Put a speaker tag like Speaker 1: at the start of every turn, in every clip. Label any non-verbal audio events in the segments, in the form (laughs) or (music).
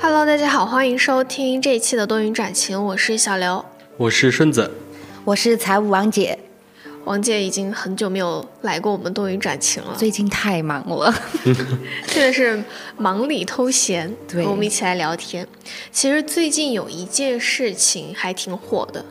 Speaker 1: Hello，大家好，欢迎收听这一期的多云转晴，我是小刘。
Speaker 2: 我是顺子，
Speaker 3: 我是财务王姐，
Speaker 1: 王姐已经很久没有来过我们多云转晴了，
Speaker 3: 最近太忙了。
Speaker 1: 真的是忙里偷闲，
Speaker 3: 对
Speaker 1: 和我们一起来聊天。其实最近有一件事情还挺火的，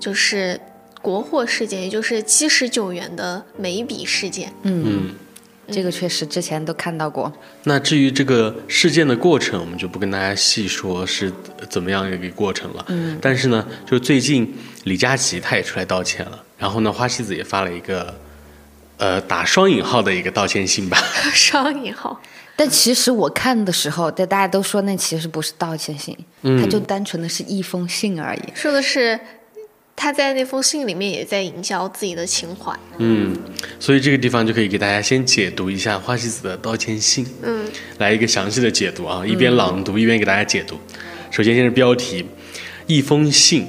Speaker 1: 就是国货事件，也就是七十九元的眉笔事件。 (laughs)
Speaker 2: 嗯，
Speaker 3: (laughs) 这个确实之前都看到过，
Speaker 2: 那至于这个事件的过程，我们就不跟大家细说是怎么样一个过程了。嗯，但是呢，就最近李佳琦他也出来道歉了，然后呢，花西子也发了一个，呃，打双引号的一个道歉信吧。 (laughs)
Speaker 1: 双引号，
Speaker 3: 但其实我看的时候，对大家都说那其实不是道歉信，
Speaker 2: 嗯
Speaker 3: 它就单纯的是一封信而已。
Speaker 1: 说的是他在那封信里面也在营销自己的情怀。
Speaker 2: 嗯，所以这个地方就可以给大家先解读一下花西子的道歉信，
Speaker 1: 嗯，
Speaker 2: 来一个详细的解读
Speaker 3: 嗯
Speaker 2: 啊，一边朗读一边给大家解读。首先，先是标题，一封信，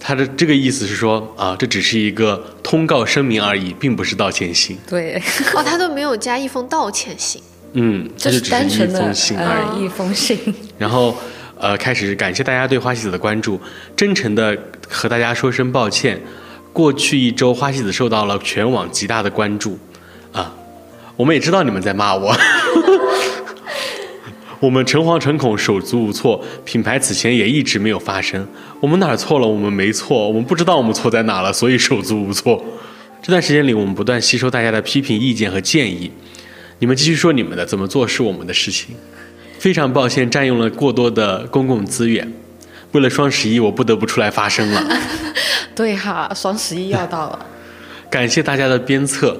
Speaker 2: 它的这个意思是说啊，这只是一个通告声明而已，并不是道歉信。 (laughs)
Speaker 3: 对，
Speaker 1: 哦，他都没有加一封道歉信。
Speaker 2: 嗯，它就
Speaker 3: 就
Speaker 2: 是只
Speaker 3: 单
Speaker 2: 是一
Speaker 3: 纯的
Speaker 2: 封信而已。
Speaker 3: 呃一封信。 (laughs)
Speaker 2: 然后，呃，开始感谢大家对花西子的关注，真诚的和大家说声抱歉。过去一周，花西子受到了全网极大的关注，啊，我们也知道你们在骂我。 (laughs) 我们诚惶诚恐，手足无措。品牌此前也一直没有发声。我们哪儿错了？我们没错，我们不知道我们错在哪了，所以手足无措。这段时间里，我们不断吸收大家的批评、意见和建议。你们继续说你们的，怎么做是我们的事情。非常抱歉占用了过多的公共资源。为了双十一，我不得不出来发声了。
Speaker 3: 对哈，双十一要到了，
Speaker 2: 感谢大家的鞭策，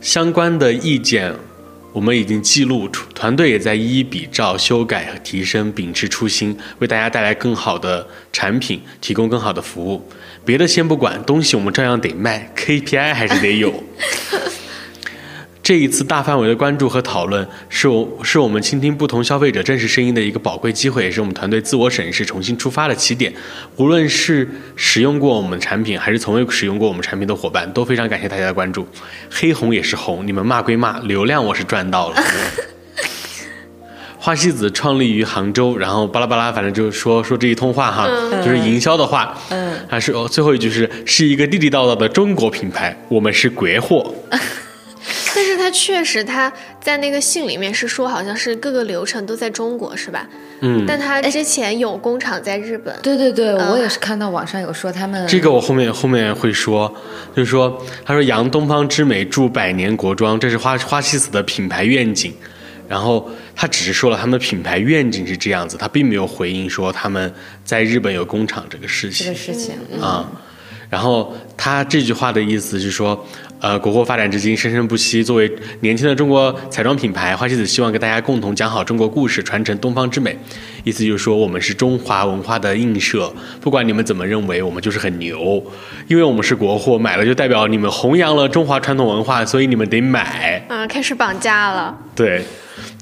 Speaker 2: 相关的意见我们已经记录，团队也在一一比照、修改和提升，秉持初心，为大家带来更好的产品，提供更好的服务。别的先不管，东西我们照样得卖，KPI 还是得有。这一次大范围的关注和讨论，是我是我们倾听不同消费者真实声音的一个宝贵机会，也是我们团队自我审视、重新出发的起点。无论是使用过我们产品，还是从未使用过我们产品的伙伴，都非常感谢大家的关注。黑红也是红，你们骂归骂，流量我是赚 (laughs) 到了。花西子创立于杭州，然后巴拉巴拉，反正就是说说这一通话哈，就是营销的话，嗯，还是哦，最后一句是是一个地地道道的中国品牌，我们是国货，
Speaker 1: 但是他确实他在那个信里面是说，好像是各个流程都在中国，是吧？
Speaker 2: 嗯。
Speaker 1: 但他
Speaker 3: 哎
Speaker 1: 之前有工厂在日本，
Speaker 3: 对对对，我也是看到网上有说他们
Speaker 2: 这个我后面后面会说，就是说，他说扬东方之美，铸百年国妆，这是花花西子的品牌愿景。然后他只是说了他们品牌愿景是这样子，他并没有回应说他们在日本有工厂这个事
Speaker 3: 这
Speaker 2: 情
Speaker 3: 个事情，
Speaker 2: 啊、然后他这句话的意思是说，呃，国货发展至今生生不息，作为年轻的中国彩妆品牌，花西子希望跟大家共同讲好中国故事，传承东方之美。意思就是说，我们是中华文化的映射，不管你们怎么认为，我们就是很牛，因为我们是国货，买了就代表你们弘扬了中华传统文化，所以你们得买。
Speaker 1: 嗯、开始绑架了。
Speaker 2: 对，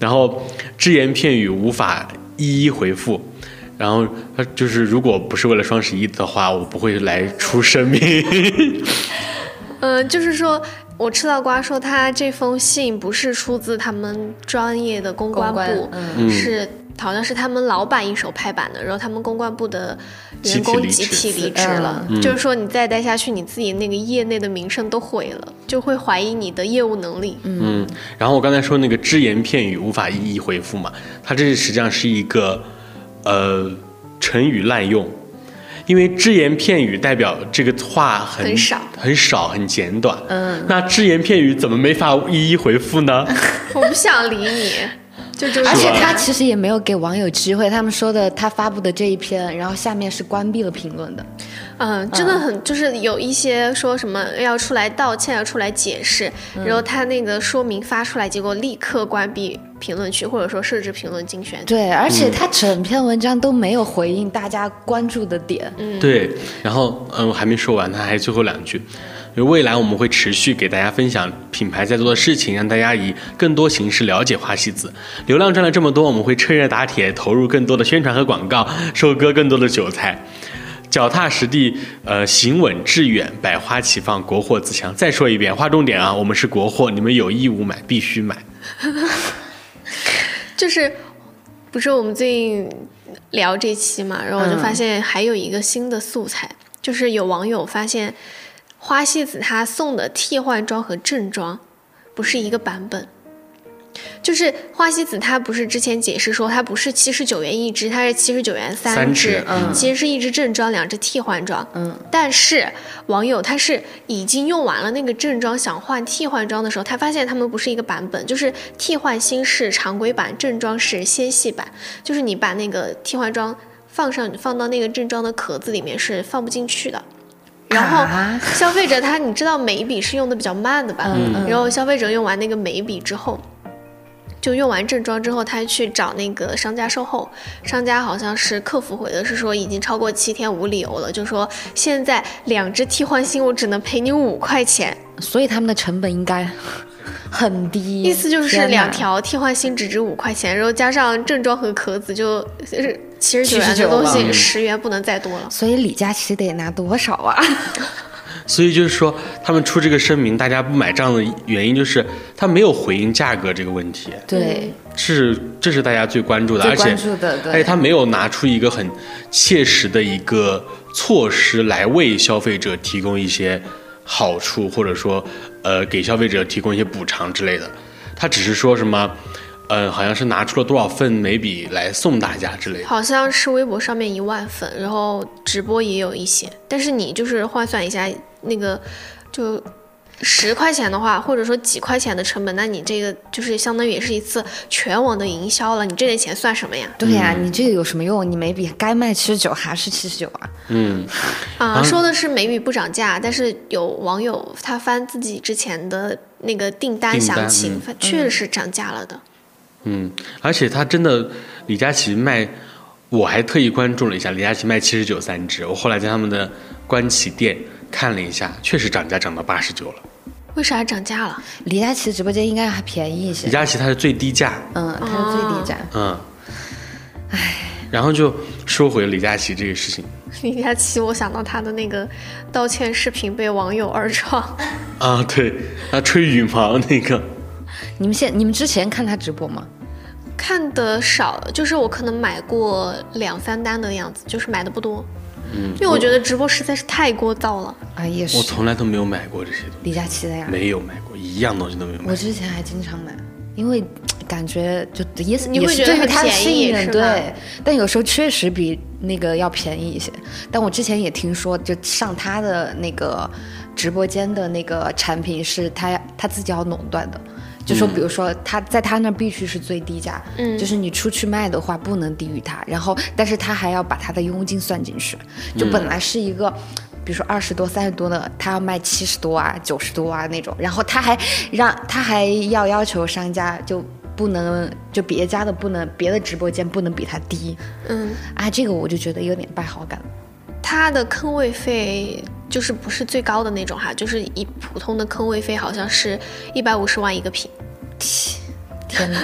Speaker 2: 然后只言片语无法一一回复，然后他就是如果不是为了双十一的话，我不会来出声 (laughs) 明。
Speaker 1: 嗯、就是说我吃到瓜说他这封信不是出自他们专业的公关
Speaker 3: 公关
Speaker 1: 部，
Speaker 3: 嗯
Speaker 1: 是好像是他们老板一手拍板的，然后他们公关部的员工集
Speaker 2: 集
Speaker 1: 体
Speaker 2: 体离职嗯
Speaker 1: 离职了，
Speaker 3: 嗯
Speaker 1: 就是说你再待下去，你自己那个业内的名声都毁了，就会怀疑你的业务能力。
Speaker 2: 嗯，然后我刚才说那个只言片语无法一一回复嘛，它这实际上是一个呃成语滥用，因为只言片语代表这个话很
Speaker 1: 很少
Speaker 2: 很少、很简短。嗯，那只言片语怎么没法一一回复呢？
Speaker 1: (laughs) 我不想理你，就就是
Speaker 3: 而
Speaker 2: 是
Speaker 3: 且
Speaker 2: 吧
Speaker 3: 他其实也没有给网友机会，他们说的他发布的这一篇，然后下面是关闭了评论的，
Speaker 1: 嗯，真的很，就是有一些说什么要出来道歉，要出来解释，
Speaker 3: 嗯
Speaker 1: 然后他那个说明发出来，结果立刻关闭评论区，或者说设置评论精选。
Speaker 3: 对，而
Speaker 2: 嗯
Speaker 3: 且他整篇文章都没有回应大家关注的点，
Speaker 2: 对，然后嗯，我还没说完，他还最后两句。因为未来我们会持续给大家分享品牌在做的事情，让大家以更多形式了解花西子。流量赚了这么多，我们会趁热打铁，投入更多的宣传和广告，收割更多的韭菜。脚踏实地，呃，行稳致远，百花齐放，国货自强。再说一遍，划重点啊，我们是国货，你们有义务买，必须买。
Speaker 1: 就是不是我们最近聊这期嘛，然后
Speaker 2: 嗯
Speaker 1: 我就发现还有一个新的素材，就是有网友发现花西子她送的替换装和正装不是一个版本。就是花西子，它不是之前解释说它不是七十九元一只，它是七十九元
Speaker 2: 三
Speaker 1: 只
Speaker 2: 只，嗯
Speaker 1: 其实是一只正装，两只替换装。
Speaker 3: 嗯，
Speaker 1: 但是网友他是已经用完了那个正装，想换替换装的时候，他发现他们不是一个版本，就是替换新是常规版，正装是纤细版，就是你把那个替换装放上放到那个正装的壳子里面是放不进去的。然后
Speaker 3: 啊
Speaker 1: 消费者他，你知道眉笔是用的比较慢的吧？
Speaker 3: 嗯嗯
Speaker 1: 然后消费者用完那个眉笔之后，嗯就用完正装之后，他去找那个商家售后，商家好像是客服回的是说已经超过七天无理由了，就说现在两只替换新我只能赔你五块钱，
Speaker 3: 所以他们的成本应该很低。
Speaker 1: 意思就是
Speaker 3: 嗯天哪
Speaker 1: 两条替换新只值五块钱，然后加上正装和壳子就就是七十九元的
Speaker 3: 79
Speaker 1: 东西
Speaker 2: 了
Speaker 1: 十元不能再多了。
Speaker 3: 所以李佳琦得拿多少
Speaker 1: (laughs)
Speaker 3: 啊？
Speaker 2: 所以就是说，他们出这个声明，大家不买账的原因就是他没有回应价格这个问题，
Speaker 3: 对，
Speaker 2: 是这是大家最关注的，
Speaker 3: 最
Speaker 2: 而且
Speaker 3: 关注的，
Speaker 2: 而且哎
Speaker 3: 对，
Speaker 2: 他没有拿出一个很切实的一个措施来为消费者提供一些好处，或者说呃给消费者提供一些补偿之类的。他只是说什么，呃，好像是拿出了多少份眉笔来送大家之类的。
Speaker 1: 好像是微博上面一万粉，然后直播也有一些，但是你就是换算一下那个，就十块钱的话，或者说几块钱的成本，那你这个就是相当于也是一次全网的营销了，你这点钱算什么呀？
Speaker 3: 对
Speaker 2: 嗯
Speaker 3: 呀、你这个有什么用？你眉笔该卖七十九还是七十九啊？
Speaker 2: 嗯，
Speaker 1: 啊，说的是眉笔不涨价，但是有网友他翻自己之前的那个订单
Speaker 2: 订单
Speaker 1: 详情
Speaker 2: 嗯，
Speaker 1: 发确实是涨价了的。
Speaker 2: 嗯，而且他真的，李佳琦卖，我还特意关注了一下，李佳琦卖七十九三支，我后来在他们的官旗店看了一下，确实涨价涨到八十九了。
Speaker 1: 为啥涨价了？ (laughs)
Speaker 3: 李佳琦直播间应该还便宜一些
Speaker 2: 李。佳琦它是最低价，
Speaker 3: 嗯，它是最低价。
Speaker 1: 哦
Speaker 2: 嗯，唉，然后就说回李佳琦这个事情
Speaker 1: 李佳琦，我想到他的那个道歉视频被网友二创， (laughs)
Speaker 2: 啊，对，他吹羽毛那个，
Speaker 3: 你们现你们之前看他直播吗？
Speaker 1: 看的少，就是我可能买过两三单的样子，就是买的不多。嗯，因为我觉得直播实在是太聒噪了。
Speaker 3: 啊，也
Speaker 2: 我
Speaker 3: 是
Speaker 2: 从来都没有买过这些东
Speaker 3: 李佳琦的呀
Speaker 2: 西，。没有买过，一样东西都没有买
Speaker 3: 我
Speaker 2: 过。
Speaker 3: 之前还经常买，因为感觉就也是
Speaker 1: 你会
Speaker 3: 也是
Speaker 1: 觉得
Speaker 3: 对于
Speaker 1: 很
Speaker 3: 它的
Speaker 1: 便宜
Speaker 3: 信任
Speaker 1: 是吧
Speaker 3: 对，但有时候确实比那个要便宜一些。但我之前也听说，就上他的那个直播间的那个产品是他他自己要垄断的。就说，比如说，他在他那儿必须是最低价，
Speaker 1: 嗯
Speaker 3: 就是你出去卖的话不能低于他，然后，但是他还要把他的佣金算进去，就本来是一个，比如说二十多、三十多的，他要卖七十多啊、九十多啊那种，然后他还让他还要要求商家就不能就别家的不能别的直播间不能比他低
Speaker 1: 嗯，
Speaker 3: 啊，这个我就觉得有点败好感。
Speaker 1: 他的坑位费就是不是最高的那种哈，就是以普通的坑位费好像是一百五十万一个品。
Speaker 3: 天哪，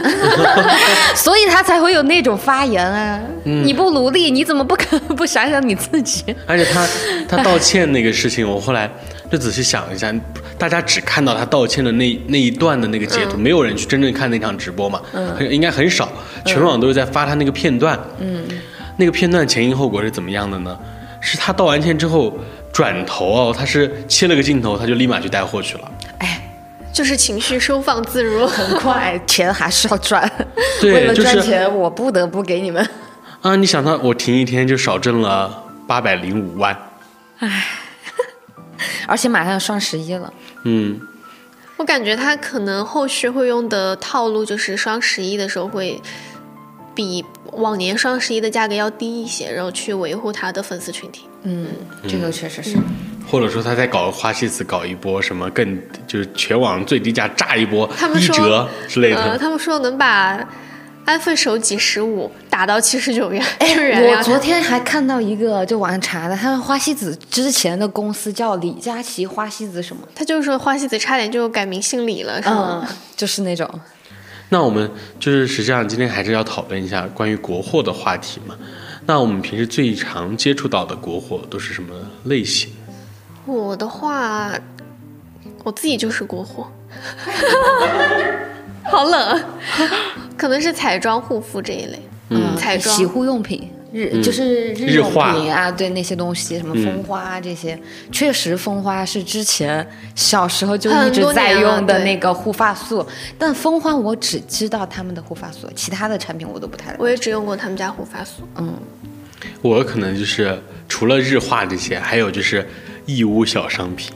Speaker 3: 所以他才会有那种发言啊！你不努力，你怎么不肯不想想你自己？
Speaker 2: 而且他他道歉那个事情，我后来就仔细想了一下，大家只看到他道歉的那那一段的那个截图，没有人去真正看那场直播嘛，很应该很少，全网都是在发他那个片段。嗯，那个片段前因后果是怎么样的呢？是他道完歉之后转头哦，他是切了个镜头，他就立马去带货去了。
Speaker 3: 哎，
Speaker 1: 就是情绪收放自如， (laughs)
Speaker 3: 很快钱还是要赚，
Speaker 2: 对
Speaker 3: 为了
Speaker 2: 就是
Speaker 3: 赚钱，我不得不给你们。
Speaker 2: 啊，你想他，我停一天就少挣了八百零五万。
Speaker 3: 而且马上双十一了，
Speaker 2: 嗯，
Speaker 1: 我感觉他可能后续会用的套路就是双十一的时候会比往年双十一的价格要低一些，然后去维护他的粉丝群体。
Speaker 3: 嗯，这个确实是。
Speaker 2: 或者说他在搞花西子，搞一波什么更就是全网最低价炸一波
Speaker 1: 他们
Speaker 2: 一
Speaker 1: 说
Speaker 2: 折之类
Speaker 1: 呃，
Speaker 2: 的。
Speaker 1: 他们说能把安分手几十五打到七十九元，哎
Speaker 3: 我昨天还看到一个，就网上查的，他花西子之前的公司叫李佳琦花西子什么，
Speaker 1: 他就是说花西子差点就改名姓李了，是吗？
Speaker 3: 嗯，就是那种，
Speaker 2: 那我们就是实际上今天还是要讨论一下关于国货的话题嘛。那我们平时最常接触到的国货都是什么类型？
Speaker 1: 我的话，我自己就是国货， (laughs) 啊好冷，可能是彩妆护肤这一类。
Speaker 3: 嗯，
Speaker 1: 彩妆
Speaker 3: 洗护用品。日就是
Speaker 2: 日
Speaker 3: 嗯用
Speaker 2: 化
Speaker 3: 品啊，对那些东西，什么蜂花啊这些，确实蜂花是之前小时候就一
Speaker 1: 很
Speaker 3: 直
Speaker 1: 多
Speaker 3: 在
Speaker 1: 年了
Speaker 3: 用的
Speaker 1: 对
Speaker 3: 那个护发素，但蜂花我只知道他们的护发素，其他的产品我都不太了解。
Speaker 1: 我也只用过他们家护发素，
Speaker 2: 我可能就是除了日化这些，还有就是义乌小商品，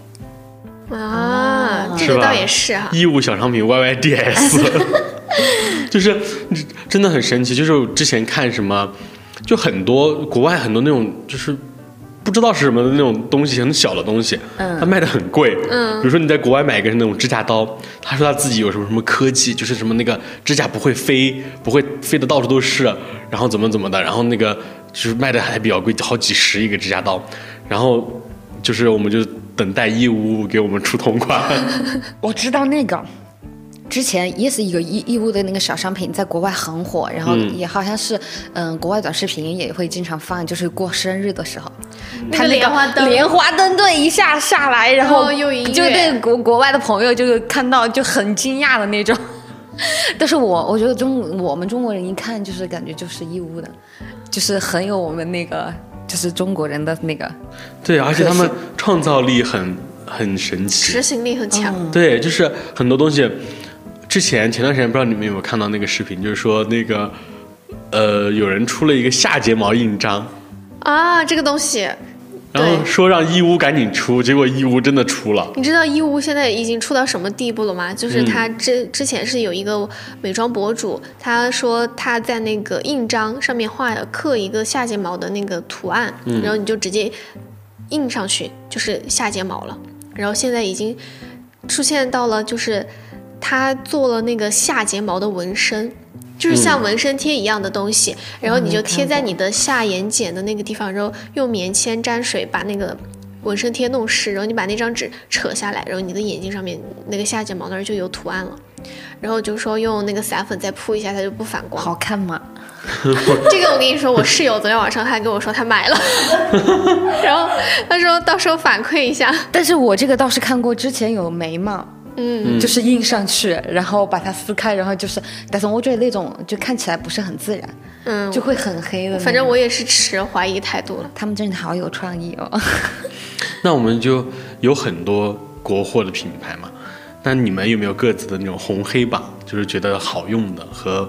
Speaker 1: 啊，这
Speaker 2: 是
Speaker 1: 个
Speaker 2: 吧
Speaker 1: 倒也是哈，
Speaker 2: 义乌小商品 YYDS，就是真的很神奇。就是我之前看什么，就很多国外很多那种就是。不知道是什么的那种东西，很小的东西，它卖的很贵。嗯，比如说你在国外买一个那种指甲刀，他说他自己有什么什么科技，就是什么那个指甲不会飞，不会飞的到处都是，然后怎么怎么的，然后那个就是卖的还比较贵，好几十一个指甲刀，然后就是我们就等待义乌给我们出同款。
Speaker 3: 我知道那个。之前 Yes 有义义乌的那个小商品在国外很火，然后也好像是，嗯、国外短视频也会经常放，就是过生日的时候，
Speaker 1: 那
Speaker 3: 它
Speaker 1: 个
Speaker 3: 那
Speaker 1: 莲花灯
Speaker 3: 莲花灯对一下下来，然
Speaker 1: 然后
Speaker 3: 后
Speaker 1: 又一
Speaker 3: 就
Speaker 1: 乐
Speaker 3: 对国国外的朋友就是看到就很惊讶的那种。 (laughs) 但是我我觉得中我们中国人一看就是感觉就是义乌的，就是很有我们那个就是中国人的那个
Speaker 2: 对，而且他们创造力很很神奇
Speaker 1: 执。行力很强。
Speaker 2: 对，就是很多东西，之前前段时间不知道你们有没有看到那个视频，就是说那个呃，有人出了一个下睫毛印章，
Speaker 1: 啊，这个东西，
Speaker 2: 然后
Speaker 1: 对
Speaker 2: 说让义乌赶紧出，结果义乌真的出了。
Speaker 1: 你知道义乌现在已经出到什么地步了吗？就是
Speaker 2: 嗯
Speaker 1: 他之之前是有一个美妆博主，他说他在那个印章上面画刻一个下睫毛的那个图案，
Speaker 2: 嗯
Speaker 1: 然后你就直接印上去就是下睫毛了。然后现在已经出现到了，就是他做了那个下睫毛的纹身。就是像纹身贴一样的东西，然后你就贴在你的下眼睑的那个地方，然后用棉签沾水把那个纹身贴弄湿，然后你把那张纸扯下来，然后你的眼睛上面那个下睫毛那儿就有图案了。然后就说用那个散粉再铺一下，它就不反光。
Speaker 3: 好看吗？
Speaker 1: (laughs) 这个我跟你说，我室友昨天晚上还跟我说他买了，然后他说到时候反馈一下。
Speaker 3: 但是我这个倒是看过，之前有眉毛，嗯，就是印上去，然后把它撕开，然后就是，但是我觉得那种就看起来不是很自然，
Speaker 1: 嗯，
Speaker 3: 就会很黑的那种。
Speaker 1: 反正我也是持怀疑态度了。
Speaker 3: 他们真的好有创意哦。 (laughs)
Speaker 2: 那我们就有很多国货的品牌嘛，那你们有没有各自的那种红黑榜，就是觉得好用的和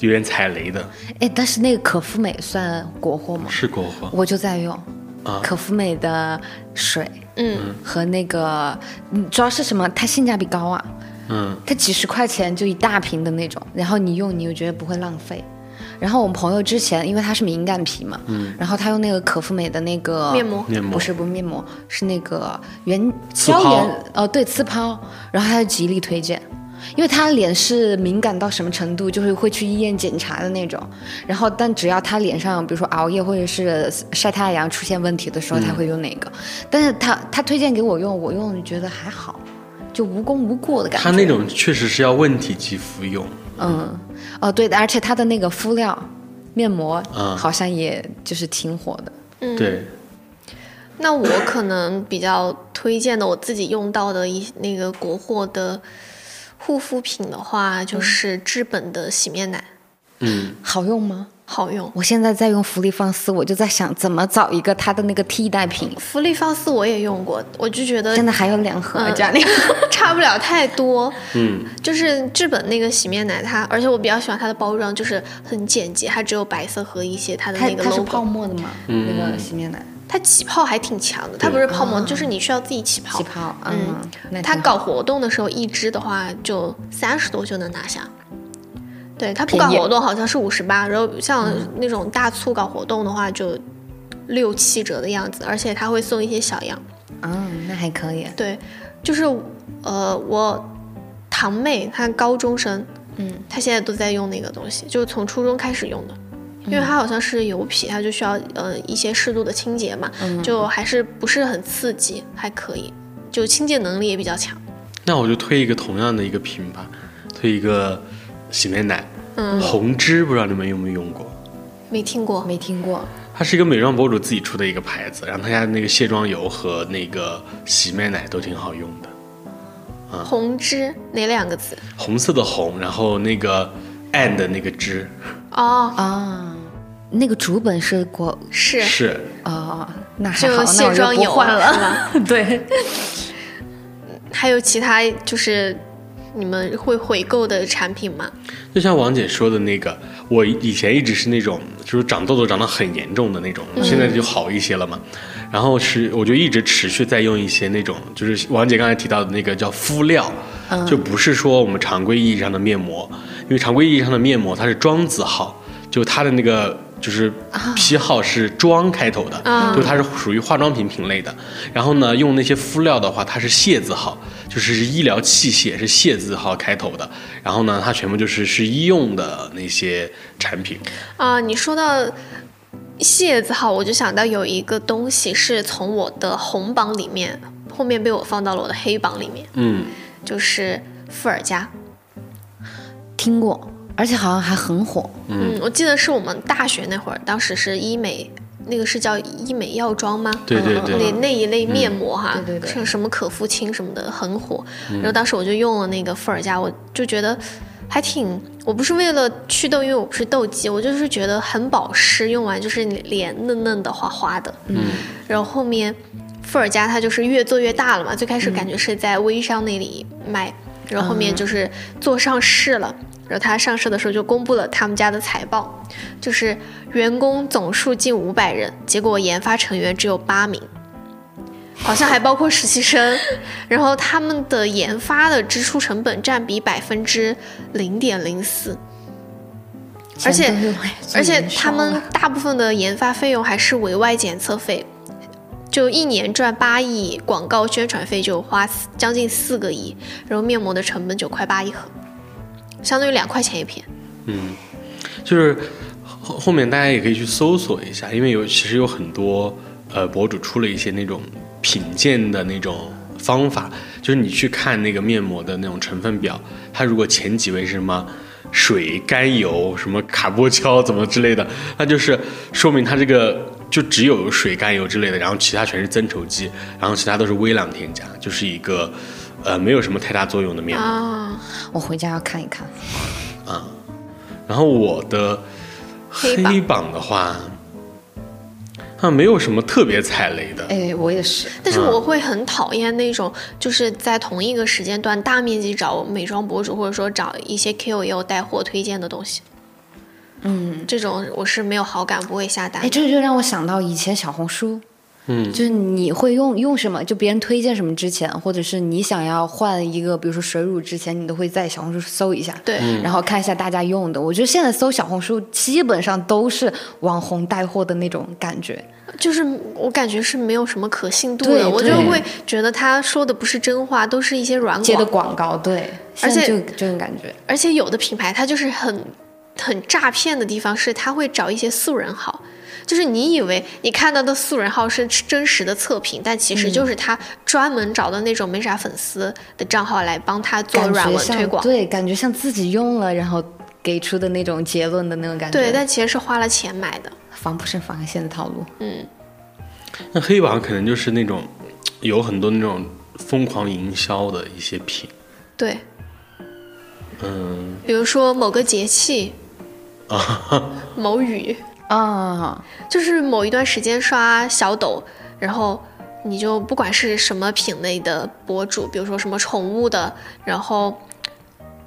Speaker 2: 有点踩雷的？
Speaker 3: 哎，但是那个可复美算国货吗？
Speaker 2: 是国货
Speaker 3: 我就在用
Speaker 2: 啊
Speaker 3: 可复美的水
Speaker 1: 嗯，
Speaker 3: 和那个，嗯主要是什么？它性价比高啊，
Speaker 2: 嗯，
Speaker 3: 它几十块钱就一大瓶的那种，然后你用你又觉得不会浪费。然后我们朋友之前，因为他是敏感皮嘛，嗯，然后他用那个可复美的那个
Speaker 1: 面膜
Speaker 2: 面膜
Speaker 3: 不是不是面膜，是那个原
Speaker 2: 刺
Speaker 3: 胶
Speaker 2: 泡
Speaker 3: 原，呃，对，刺泡，然后他就极力推荐，因为他脸是敏感到什么程度，就是会去医院检查的那种。然后，但只要他脸上，比如说熬夜或者是晒太阳出现问题的时候，他
Speaker 2: 嗯
Speaker 3: 会用哪个？但是他他推荐给我用，我用觉得还好，就无功无过的感觉。
Speaker 2: 它那种确实是要问题肌肤用，
Speaker 3: 嗯，哦对的，而且它的那个敷料面膜
Speaker 2: 嗯
Speaker 3: 好像也就是挺火的。
Speaker 2: 对。
Speaker 1: 那我可能比较推荐的，我自己用到的一那个国货的护肤品的话，就是至本的洗面奶，
Speaker 2: 嗯，
Speaker 3: 好用吗？
Speaker 1: 好用。
Speaker 3: 我现在在用芙丽芳丝，我就在想怎么找一个它的那个替代品。
Speaker 1: 芙丽芳丝我也用过，我就觉得
Speaker 3: 现在还有两盒
Speaker 1: 嗯
Speaker 3: 这样的。
Speaker 1: (laughs) 差不了太多。嗯，就是至本那个洗面奶它，而且我比较喜欢它的包装，就是很简洁，它只有白色和一些它的
Speaker 3: 它
Speaker 1: 那个
Speaker 3: 它是
Speaker 1: logo。
Speaker 3: 泡沫的嘛，那个洗面奶
Speaker 1: 它起泡还挺强的，它不是泡沫，就是你需要自己起泡。
Speaker 3: 啊起泡，
Speaker 1: 嗯
Speaker 3: 嗯，那
Speaker 1: 它
Speaker 3: 挺好
Speaker 1: 搞活动的时候，一支的话就三十多就能拿下。对，它不
Speaker 3: 便
Speaker 1: 搞
Speaker 3: 宜嗯
Speaker 1: 活动好像是五十八，然后像那种大促搞活动的话就六七折的样子，而且它会送一些小样。
Speaker 3: 嗯，那还可以。
Speaker 1: 对，就是呃，我堂妹她高中生，嗯，她现在都在用那个东西，就是从初中开始用的，因为它好像是油皮，它就需要呃一些适度的清洁嘛，就还是不是很刺激，还可以，就清洁能力也比较强。
Speaker 2: 那我就推一个同样的一个品吧，推一个洗面奶，红芝，不知道你们有没有用过？
Speaker 1: 没听过，
Speaker 3: 没听过，啊
Speaker 2: 它是一个美妆博主自己出的一个牌子，然后他家那个卸妆油和那个洗面奶都挺好用的，
Speaker 1: 红芝哪两个字？
Speaker 2: 红色的红，然后那个 and 那个芝，
Speaker 1: 哦，
Speaker 3: 啊。那个主本是国
Speaker 1: 是
Speaker 2: 是，
Speaker 3: 哦，那还好，
Speaker 1: 就
Speaker 3: 那
Speaker 1: 卸
Speaker 3: 我
Speaker 1: 妆
Speaker 3: 就
Speaker 1: 油啊
Speaker 3: 不换
Speaker 1: (laughs) 是
Speaker 3: 了。
Speaker 1: 吧？
Speaker 3: 对，
Speaker 1: 还有其他就是你们会回购的产品吗？
Speaker 2: 就像王姐说的那个，我以前一直是那种就是长痘痘长得很严重的那种，现在就好一些了嘛。然后是我就一直持续在用一些那种，就是王姐刚才提到的那个叫敷料，就不是说我们常规意义上的面膜，因为常规意义上的面膜它是妆字号，就它的那个。就是批号是妆开头的，就它是属于化妆品品类的。然后呢，用那些敷料的话，它是械字号，就是是医疗器械是械字号开头的。然后呢，它全部就是是医用的那些产品。
Speaker 1: 啊，你说到蟹字号，我就想到有一个东西是从我的红榜里面，后面被我放到了我的黑榜里面，
Speaker 2: 嗯，
Speaker 1: 就是伏尔加。
Speaker 3: 听过，而且好像还很火。
Speaker 1: 嗯，我记得是我们大学那会儿，当时是医美，那个是叫医美药妆吗？
Speaker 2: 对对对，
Speaker 1: 那那一类面膜哈，
Speaker 3: 嗯对对嗯对
Speaker 1: 像什么可肤清什么的很火，然后当时我就用了那个伏尔加，我就觉得还挺，我不是为了祛痘，因为我不是痘肌，我就是觉得很保湿，用完就是脸嫩嫩的、滑滑的。嗯，然后后面伏尔加它就是越做越大了嘛，最开
Speaker 3: 嗯
Speaker 1: 始感觉是在微商那里卖，然后后面就是做上市了。然后它上市的时候就公布了他们家的财报，就是员工总数近五百人，结果研发成员只有八名，好像还包括实习生。然后他们的研发的支出成本占比百分之零点零四，而且
Speaker 3: 钱都用来做
Speaker 1: 而且
Speaker 3: 营销
Speaker 1: 他们
Speaker 3: 了
Speaker 1: 大部分的研发费用还是委外检测费，就一年赚八亿，广告宣传费就花四将近四个亿，然后面膜的成本九块八一盒，相当于两块钱一片。
Speaker 2: 就是后后面大家也可以去搜索一下，因为有其实有很多呃博主出了一些那种品鉴的那种方法，就是你去看那个面膜的那种成分表，它如果前几位是什么水、甘油、什么卡波胶怎么之类的，那就是说明它这个。就只有水、甘油之类的，然后其他全是增稠剂，然后其他都是微量添加，就是一个，呃，没有什么太大作用的面膜。
Speaker 1: 啊，
Speaker 3: 我回家要看一看。
Speaker 2: 然后我的
Speaker 1: 黑
Speaker 2: 黑
Speaker 1: 榜
Speaker 2: 榜的话，啊，没有什么特别踩雷的。
Speaker 3: 哎，我也是。
Speaker 1: 但是我会很讨厌那种就是在同一个时间段大面积找美妆博主，或者说找一些 KOL 带货推荐的东西。嗯，这种我是没有好感，不会下单
Speaker 3: 哎，。这就让我想到以前小红书，
Speaker 2: 嗯
Speaker 3: 就是你会用用什么，就别人推荐什么之前，或者是你想要换一个，比如说水乳之前，你都会在小红书搜一下，嗯
Speaker 1: 对
Speaker 3: 然后看一下大家用的。我觉得现在搜小红书基本上都是网红带货的那种感觉，
Speaker 1: 就是我感觉是没有什么可信度
Speaker 3: 对
Speaker 1: 的，我就
Speaker 3: 对
Speaker 1: 会觉得他说的不是真话，都是一些软
Speaker 3: 接的
Speaker 1: 广，
Speaker 3: 广告，对，
Speaker 1: 而且
Speaker 3: 现在就这种感觉，
Speaker 1: 而且有的品牌它就是很很诈骗的地方是，他会找一些素人号。就是你以为你看到的素人号是真实的测评，但
Speaker 3: 嗯
Speaker 1: 其实就是他专门找的那种没啥粉丝的账号来帮他做
Speaker 3: 感
Speaker 1: 软
Speaker 3: 觉
Speaker 1: 文推
Speaker 3: 像
Speaker 1: 广。
Speaker 3: 对，感觉像自己用了，然后给出的那种结论的那种感觉，
Speaker 1: 对，但其实是花了钱买的。
Speaker 3: 防不胜防啊现在套路。
Speaker 2: 那黑榜可能就是那种有很多那种疯狂营销的一些品，
Speaker 1: 对，
Speaker 2: 嗯
Speaker 1: 比如说某个节气、
Speaker 2: 啊，
Speaker 1: 某雨，
Speaker 3: 啊，
Speaker 1: 就是某一段时间刷小抖，然后你就不管是什么品类的博主，比如说什么宠物的，然后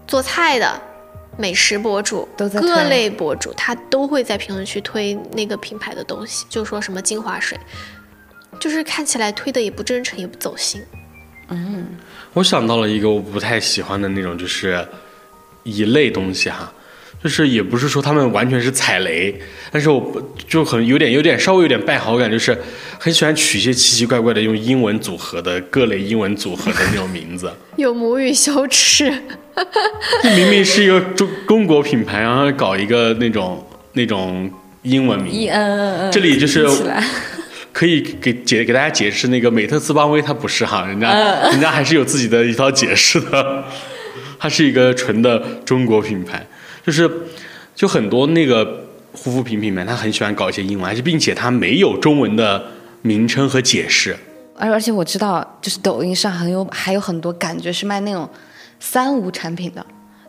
Speaker 1: 做菜的。美食博主
Speaker 3: 都在推
Speaker 1: 各类博主，他都会在评论区推那个品牌的东西，就说什么精华水，就是看起来推的也不真诚，也不走心。
Speaker 2: 我想到了一个我不太喜欢的那种，就是一类东西哈。就是也不是说他们完全是踩雷，但是我不就很有点有点稍微有点败好感，就是很喜欢取一些奇奇怪怪的用英文组合的各类英文组合的那种名字。
Speaker 1: 有母语羞耻，
Speaker 2: 这明明是一个中中国品牌，然后搞一个那种那种英文名，
Speaker 3: 嗯嗯嗯，
Speaker 2: 这里就是
Speaker 3: 听起来
Speaker 2: 可以给解给大家解释那个美特斯邦威，它不是哈，人家、 (laughs) 人家还是有自己的一套解释的， (laughs) 它是一个纯的中国品牌，就是就很多那个护肤品品牌，它很喜欢搞一些英文，而且并且它没有中文的名称和解释，
Speaker 3: 而而且我知道，就是抖音上很有还有很多感觉是卖那种三无产品的，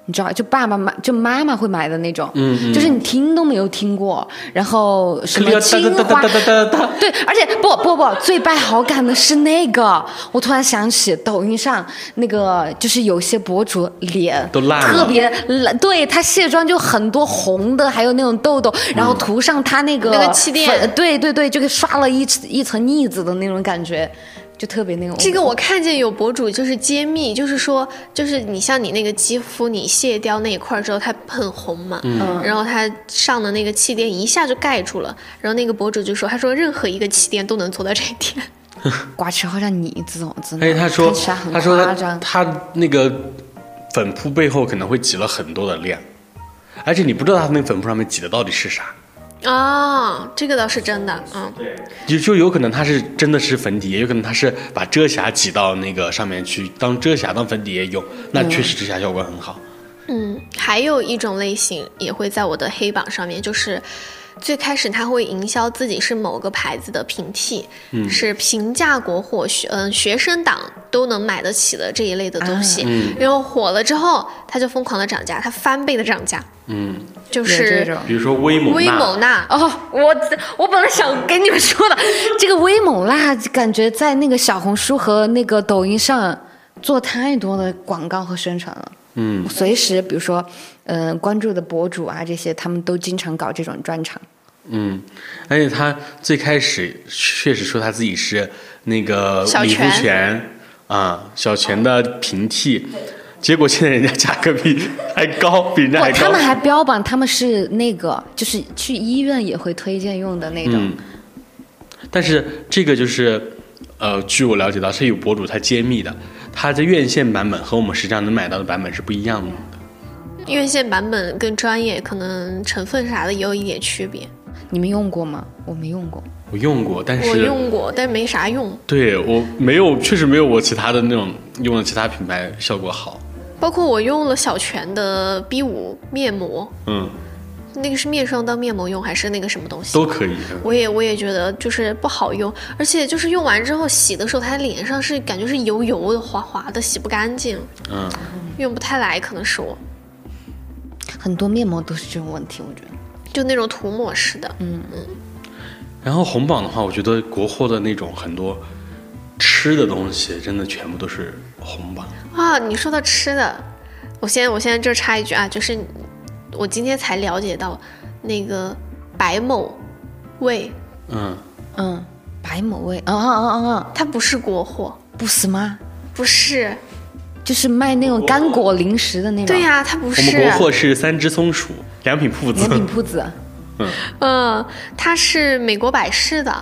Speaker 3: 你知道，就爸爸妈就妈妈会买的那种，
Speaker 2: 嗯嗯
Speaker 3: 就是你听都没有听过，然后什么青
Speaker 2: 哒
Speaker 3: 花
Speaker 2: 哒哒，哒哒哒哒。
Speaker 3: 对，而且不不不，最败好感的是那个，我突然想起抖音上那个，就是有些博主脸
Speaker 2: 都烂了
Speaker 3: 特别烂，对他卸妆就很多红的，还有那种痘痘，
Speaker 2: 嗯
Speaker 3: 然后涂上他那个
Speaker 1: 那个气垫
Speaker 3: 粉对对对，就给刷了一层一层腻子的那种感觉，就特别那种。
Speaker 1: 这个我看见有博主就是揭秘，就是说，就是你像你那个肌肤，你卸掉那一块儿之后，它很红嘛，
Speaker 3: 嗯
Speaker 1: 然后它上的那个气垫一下就盖住了，然后那个博主就说，他说任何一个气垫都能做到这一点，
Speaker 3: 瓜吃好像你这种真的，
Speaker 2: 而且哎他说
Speaker 3: 看起来，嗯很
Speaker 2: 他说
Speaker 3: 夸
Speaker 2: 他
Speaker 3: 张
Speaker 2: 他那个粉扑背后可能会挤了很多的量，而且你不知道他那个粉扑上面挤的到底是啥，
Speaker 1: 啊、这个倒是真的，嗯，
Speaker 2: 就就有可能它是真的是粉底液，有可能它是把遮瑕挤到那个上面去当遮瑕当粉底液用，那确实遮瑕效果很好。
Speaker 1: 嗯，还有一种类型也会在我的黑榜上面，就是最开始他会营销自己是某个牌子的平替，
Speaker 2: 嗯
Speaker 1: 是平价国货学嗯学生党都能买得起的这一类的东
Speaker 2: 啊
Speaker 1: 西，
Speaker 2: 嗯
Speaker 1: 然后火了之后，它就疯狂的涨价，它翻倍的涨价，
Speaker 2: 嗯，
Speaker 1: 就
Speaker 3: 有这
Speaker 1: 是
Speaker 3: 种。
Speaker 2: 比如说威猛
Speaker 1: 威
Speaker 2: 娜，
Speaker 1: 猛娜。
Speaker 3: 哦，我我本来想跟你们说的，这个威猛辣感觉在那个小红书和那个抖音上做太多的广告和宣传了。
Speaker 2: 嗯，
Speaker 3: 随时比如说，嗯、关注的博主啊这些，他们都经常搞这种专场。
Speaker 2: 嗯，而且他最开始确实说他自己是那个
Speaker 1: 小
Speaker 2: 李
Speaker 1: 泉
Speaker 2: 富全啊，小泉的平替，结果现在人家价格比还高，比人家还
Speaker 3: 不，
Speaker 2: 高。
Speaker 3: 他们还标榜他们是那个，就是去医院也会推荐用的那种。
Speaker 2: 嗯，但是这个就是，呃，据我了解到是有博主他揭秘的，他的院线版本和我们实际上能买到的版本是不一样的。
Speaker 1: 院线版本跟专业可能成分啥的也有一点区别，
Speaker 3: 你们用过吗？我没用过。
Speaker 2: 我用过，但
Speaker 1: 我
Speaker 2: 是
Speaker 1: 用过，但没啥用。
Speaker 2: 对我没有，确实没有我其他的那种用的其他品牌效果好。
Speaker 1: 包括我用了小泉的 B 五面膜，
Speaker 2: 嗯，
Speaker 1: 那个是面霜当面膜用还是那个什么东西？
Speaker 2: 都可以。
Speaker 1: 我也我也觉得就是不好用，而且就是用完之后洗的时候，它脸上是感觉是油油的、滑滑的，洗不干净，
Speaker 2: 嗯，
Speaker 1: 用不太来，可能是我
Speaker 3: 很多面膜都是这种问题，我觉得。
Speaker 1: 就那种涂抹式的，
Speaker 2: 然后红榜的话，我觉得国货的那种很多吃的东西，真的全部都是红榜。
Speaker 1: 啊，你说到吃的，我先我现在这插一句啊，就是我今天才了解到那个白某味，
Speaker 2: 嗯，
Speaker 3: 嗯，白某味，啊啊啊啊啊，
Speaker 1: 它不是国货，
Speaker 3: 不死吗？
Speaker 1: 不是，
Speaker 3: 就是卖那
Speaker 2: 哦
Speaker 3: 种干果零食的那种。
Speaker 1: 对呀、它不
Speaker 2: 我
Speaker 1: 是。啊
Speaker 2: 们国货是三只松鼠，良品铺
Speaker 1: (laughs)
Speaker 2: 子
Speaker 3: 甜。品铺子，
Speaker 1: 嗯，它是美国百事的，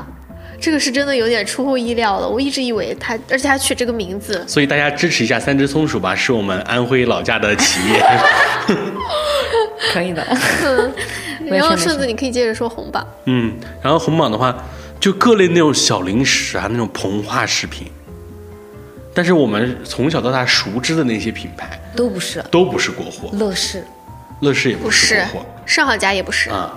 Speaker 1: 这个是真的有点出乎意料了。我一直以为它，而且它取这个名字，
Speaker 2: 所以大家支持一下三只松鼠吧，是我们安徽老家的企业。 (laughs)
Speaker 3: 可
Speaker 1: (laughs)
Speaker 3: 以的。没事
Speaker 1: 然后
Speaker 3: 没事
Speaker 1: 顺子你可以接着说红吧。
Speaker 2: 嗯，然后红榜的话，就各类那种小零食啊，那种膨化食品。但是我们从小到大熟知的那些品牌
Speaker 3: 都不是，
Speaker 2: 都不是国货，
Speaker 3: 乐事
Speaker 2: 乐事也
Speaker 1: 不
Speaker 2: 不
Speaker 1: 是
Speaker 2: 国
Speaker 1: 上好佳也不是
Speaker 2: 货，啊、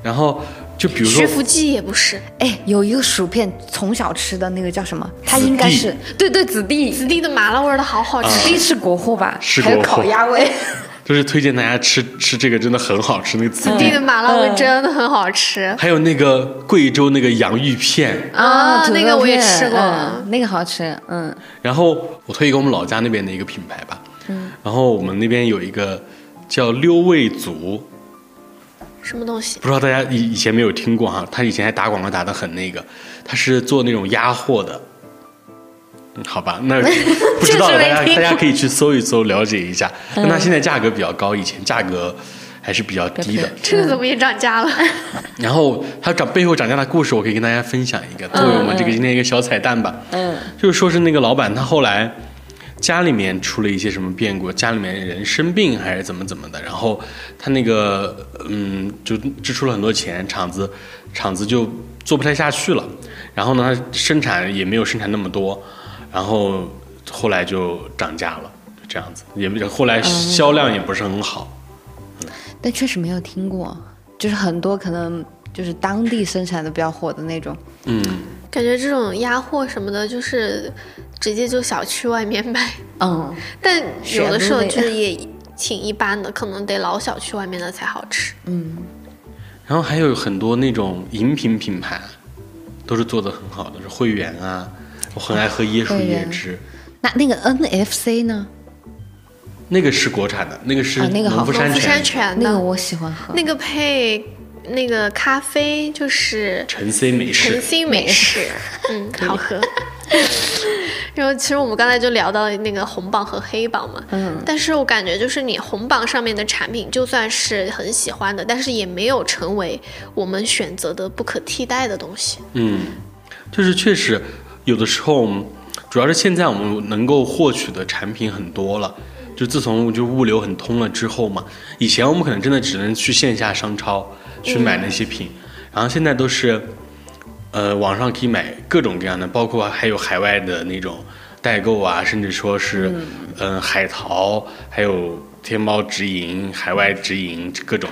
Speaker 2: 然后就比如
Speaker 1: 徐
Speaker 2: 说，
Speaker 1: 福记也不是，
Speaker 3: 哎，有一个薯片，从小吃的那个叫什么？它
Speaker 2: 子弟
Speaker 3: 应该是对对子弟，
Speaker 1: 子弟的麻辣味儿的好好
Speaker 3: 子
Speaker 1: 吃。
Speaker 3: 弟是国货吧？
Speaker 2: 是
Speaker 3: 还有
Speaker 2: 国货
Speaker 3: 烤鸭
Speaker 1: (laughs)
Speaker 3: 味，啊
Speaker 2: 就是推荐大家吃吃这个，真的很好吃。那个
Speaker 1: 子
Speaker 2: 子
Speaker 1: 弟
Speaker 2: 弟，
Speaker 1: 的麻辣味真的很好吃
Speaker 2: 还有那个贵州那个洋芋片。
Speaker 1: 啊！
Speaker 3: 土
Speaker 1: 那
Speaker 3: 豆
Speaker 1: 个我也
Speaker 3: 片
Speaker 1: 吃过，
Speaker 3: 嗯那个好吃，嗯，
Speaker 2: 然后我推一个我们老家那边的一个品牌吧，嗯，然后我们那边有一个叫六味族，
Speaker 1: 什么东西？
Speaker 2: 不知道大家以以前没有听过哈、他以前还打广告打的很那个，他是做那种压货的。嗯好吧，
Speaker 3: (laughs)
Speaker 2: 那不知道
Speaker 3: 确
Speaker 2: 了，
Speaker 3: 实没
Speaker 2: 大家大
Speaker 3: 听过嗯
Speaker 2: 家可以去搜一搜，了解一下。那它现在价格比较高，以前价格还是比较低的。
Speaker 1: 这个怎么也涨价了？
Speaker 2: 然后它涨背后涨价的故事，我可以跟大家分享一个，作为我们这个今天一个小彩蛋吧。
Speaker 3: 嗯，
Speaker 2: 就是说是那个老板他后来家里面出了一些什么变故，家里面人生病还是怎么怎么的，然后他那个嗯就支出了很多钱，厂子厂子就做不太下去了，然后呢他生产也没有生产那么多，然后后来就涨价了，就这样子，也没后来销量也不是很好。
Speaker 3: 但确实没有听过，就是很多可能就是当地生产的比较火的那种，
Speaker 2: 嗯，
Speaker 1: 感觉这种压货什么的，就是直接就小区外面买。
Speaker 3: 嗯，
Speaker 1: 但有的时候
Speaker 3: 选不
Speaker 1: 就
Speaker 3: 对
Speaker 1: 是也挺一般的，可能得老小区外面的才好吃。
Speaker 2: 然后还有很多那种饮品品牌，都是做的很好的，是汇源啊，我很爱喝椰树
Speaker 3: 汇
Speaker 2: 椰
Speaker 3: 源
Speaker 2: 汁，
Speaker 3: 那那个 NFC 呢？
Speaker 2: 那个是国产的，那个是
Speaker 3: 啊那个好
Speaker 2: 农夫
Speaker 3: 喝
Speaker 2: 山
Speaker 1: 农夫
Speaker 2: 泉
Speaker 1: 山泉
Speaker 3: 那
Speaker 1: 的
Speaker 3: 个我喜欢喝。
Speaker 1: 那个配那个咖啡就是
Speaker 2: 陈 C 美
Speaker 1: 晨
Speaker 2: 式，
Speaker 1: 星美 (laughs) 式，嗯，好喝。 (laughs) 然后其实我们刚才就聊到那个红榜和黑榜嘛，
Speaker 3: 嗯，
Speaker 1: 但是我感觉就是你红榜上面的产品，就算是很喜欢的，但是也没有成为我们选择的不可替代的东西。
Speaker 2: 嗯，就是确实有的时候，主要是现在我们能够获取的产品很多了。就自从就物流很通了之后嘛，以前我们可能真的只能去线下商超去买那些品，然后现在都是，呃，网上可以买各种各样的，包括还有海外的那种代购啊，甚至说是，嗯、海淘，还有天猫直营、海外直营各种。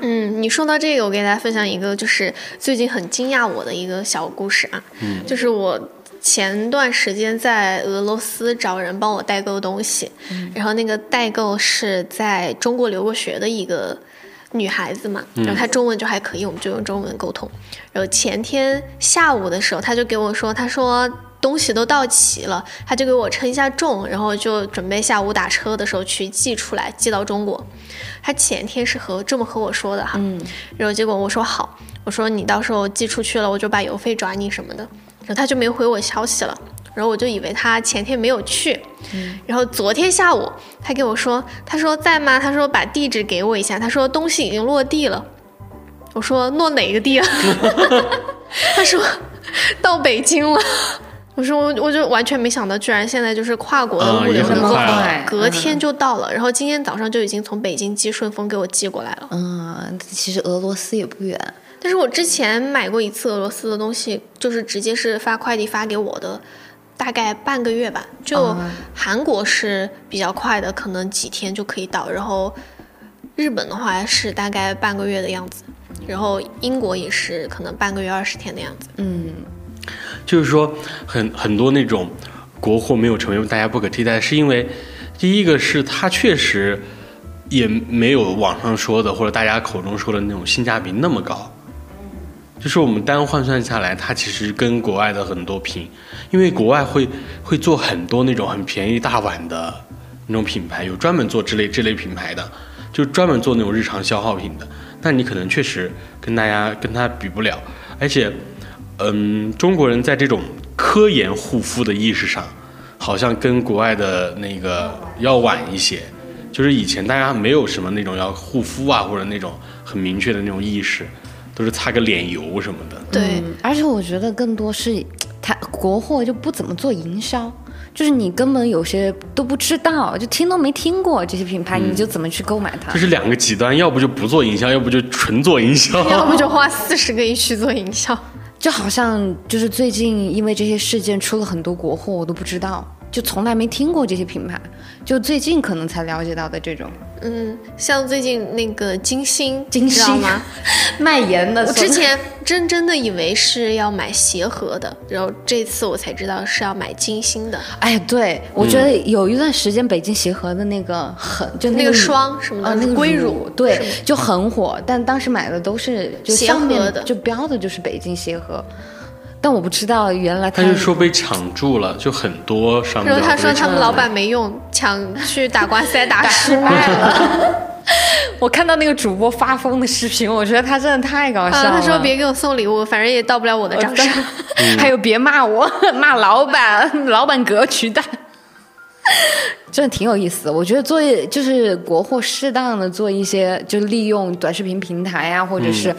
Speaker 1: 嗯，你说到这个，我给大家分享一个，就是最近很惊讶我的一个小故事啊，就是我。前段时间在俄罗斯找人帮我代购东西，然后那个代购是在中国留过学的一个女孩子嘛，然后她中文就还可以，我们就用中文沟通。然后前天下午的时候，她就给我说，她说东西都到齐了，她就给我称一下重，然后就准备下午打车的时候去寄出来，寄到中国。她前天是和这么和我说的哈，然后结果我说好，我说你到时候寄出去了，我就把邮费转你什么的。然后他就没回我消息了，然后我就以为他前天没有去。
Speaker 2: 嗯
Speaker 1: 然后昨天下午他给我说，他说在吗？他说把地址给我一下，他说东西已经落地了。我说落哪个地啊？ (laughs) 他说到北京了。我说我我就完全没想到，居然现在就是跨国的
Speaker 2: 啊
Speaker 1: 物
Speaker 2: 也
Speaker 1: 流
Speaker 2: 很
Speaker 1: 能够
Speaker 2: 快嗯了
Speaker 1: 隔天就到了，然后今天早上就已经从北京寄顺丰给我寄过来了。
Speaker 3: 嗯，其实俄罗斯也不远，
Speaker 1: 但是我之前买过一次俄罗斯的东西，就是直接是发快递发给我的，大概半个月吧。就
Speaker 3: 啊
Speaker 1: 韩国是比较快的，可能几天就可以到，然后日本的话是大概半个月的样子，然后英国也是可能半个月二十天的样子。
Speaker 2: 就是说很很多那种国货没有成为大家不可替代，是因为第一个是它确实也没有网上说的或者大家口中说的那种性价比那么高。就是我们单换算下来，它其实跟国外的很多品，因为国外会会做很多那种很便宜大碗的那种品牌，有专门做这类这类品牌的，就专门做那种日常消耗品的。那你可能确实跟大家跟它比不了，而且嗯，中国人在这种科研护肤的意识上，好像跟国外的那个要晚一些。就是以前大家没有什么那种要护肤啊，或者那种很明确的那种意识，都是擦个脸油什么 (laughs) 的。
Speaker 1: 对，
Speaker 3: 嗯，而且我觉得更多是它国货就不怎么做营销，就是你根本有些都不知道，就听都没听过这些品牌，你就怎么去购买它
Speaker 2: 这？是两个极端，要不就不做营销，要不就纯做营销。
Speaker 1: 嗯要不就花四十个亿去做营销。
Speaker 3: 就好像就是最近因为这些事件出了很多国货，我都不知道，就从来没听过这些品牌，就最近可能才了解到的这种
Speaker 1: 嗯，像最近那个金星，
Speaker 3: 金
Speaker 1: 你知道
Speaker 3: 星 (laughs)
Speaker 1: 吗？
Speaker 3: 卖盐的。
Speaker 1: 我
Speaker 3: 所
Speaker 1: 之
Speaker 3: 谓
Speaker 1: 前真真的以为是要买鞋盒的，然后这次我才知道是要买金星的，
Speaker 3: 哎，对，我觉得
Speaker 2: 嗯
Speaker 3: 有一段时间北京协和的那个很就
Speaker 1: 那
Speaker 3: 个
Speaker 1: 个
Speaker 3: 乳
Speaker 1: 霜什么的
Speaker 3: 啊，那个
Speaker 1: 龟乳
Speaker 3: 乳对就很火，但当时买的都是就
Speaker 1: 协
Speaker 3: 上面
Speaker 1: 和的
Speaker 3: 就标的就是北京协和，但我不知道原来
Speaker 2: 他
Speaker 3: 它
Speaker 2: 就说被抢注了，就很多商
Speaker 1: 然
Speaker 2: 标
Speaker 1: 后
Speaker 2: 都被
Speaker 1: 他
Speaker 2: 抢注
Speaker 1: 说他
Speaker 2: 了。
Speaker 1: 们老板没用，抢去打官司还打输
Speaker 3: (laughs) 失败了。 (laughs) 我看到那个主播发疯的视频，我觉得他真的太搞笑
Speaker 1: 啊，
Speaker 3: 了。
Speaker 1: 他说别给我送礼物，反正也到不了我的账上。
Speaker 3: (laughs) 还有别骂我， (laughs) 骂老板， (laughs) 老板格局大，真的挺有意思的。我觉得做就是国货适当的做一些，就利用短视频平台啊，或者是，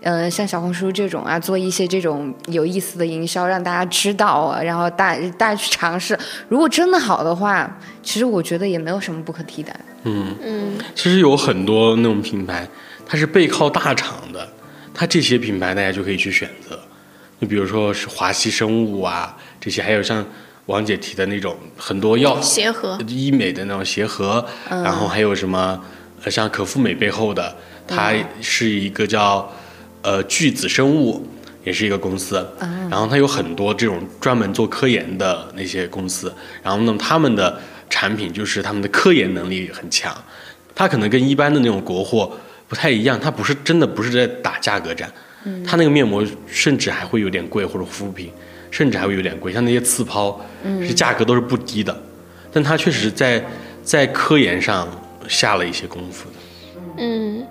Speaker 3: 嗯、像小红书这种啊，做一些这种有意思的营销，让大家知道啊，然后大大家去尝试。如果真的好的话，其实我觉得也没有什么不可替代。
Speaker 2: 其实有很多那种品牌，它是背靠大厂的，它这些品牌大家就可以去选择。就比如说是华熙生物啊，这些还有像王姐提的那种很多药
Speaker 1: 鞋盒，
Speaker 2: 医美的那种鞋盒，然后还有什么呃像可复美背后的，它是一个叫呃巨子生物，也是一个公司，然后它有很多这种专门做科研的那些公司，然后那么他们的产品，就是他们的科研能力很强。它可能跟一般的那种国货不太一样，它不是真的不是在打价格战，它那个面膜甚至还会有点贵，或者护肤品甚至还会有点贵，像那些次抛，是价格都是不低的，但它确实在在科研上下了一些功夫的。
Speaker 1: 嗯，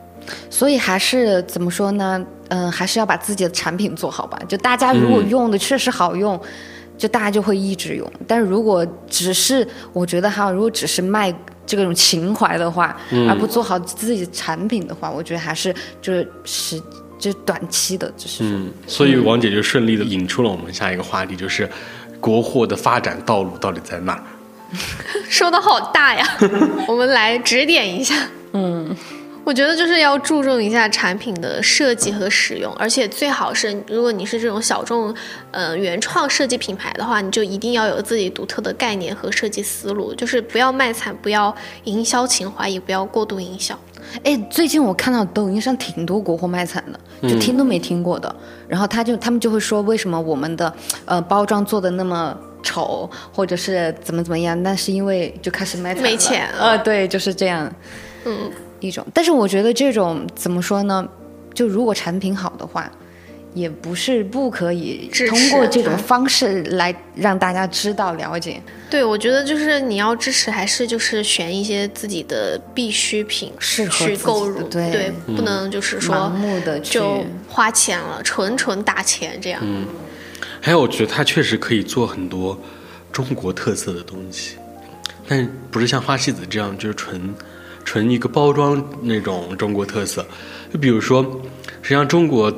Speaker 3: 所以还是怎么说呢？嗯，还是要把自己的产品做好吧。就大家如果用的确实好用，就大家就会一直用。但如果只是我觉得哈，如果只是卖这种情怀的话，而不做好自己的产品的话，我觉得还是就是时就是短期的，只是说
Speaker 2: 嗯，所以王姐就顺利的引出了我们下一个话题，就是国货的发展道路到底在哪儿？
Speaker 1: (laughs) 说的好大 (laughs) 呀，我们来指点一下。嗯，我觉得就是要注重一下产品的设计和使用，而且最好是，如果你是这种小众，呃，原创设计品牌的话，你就一定要有自己独特的概念和设计思路，就是不要卖惨，不要营销情怀，也不要过度营销。
Speaker 3: 哎，最近我看到抖音上挺多国货卖惨的，就听都没听过的。然后他就他们就会说，为什么我们的呃包装做的那么丑，或者是怎么怎么样？那是因为就开始卖惨了
Speaker 1: 没钱了
Speaker 3: 呃，对，就是这样。
Speaker 1: 嗯，
Speaker 3: 一种，但是我觉得这种怎么说呢？就如果产品好的话，也不是不可以
Speaker 1: 支持
Speaker 3: 通过这种
Speaker 1: 它
Speaker 3: 方式来让大家知道了解。
Speaker 1: 对，我觉得就是你要支持，还是就是选一些自己的必需品
Speaker 3: 适合
Speaker 1: 去
Speaker 3: 自己
Speaker 1: 购
Speaker 3: 的
Speaker 1: 入，
Speaker 3: 对
Speaker 1: 不能就是
Speaker 3: 盲
Speaker 1: 说
Speaker 3: 目地去
Speaker 1: 就花钱了，纯纯打钱这样。
Speaker 2: 还有，我觉得它确实可以做很多中国特色的东西，但不是像花西子这样，就是纯纯一个包装那种中国特色。就比如说，实际上中国，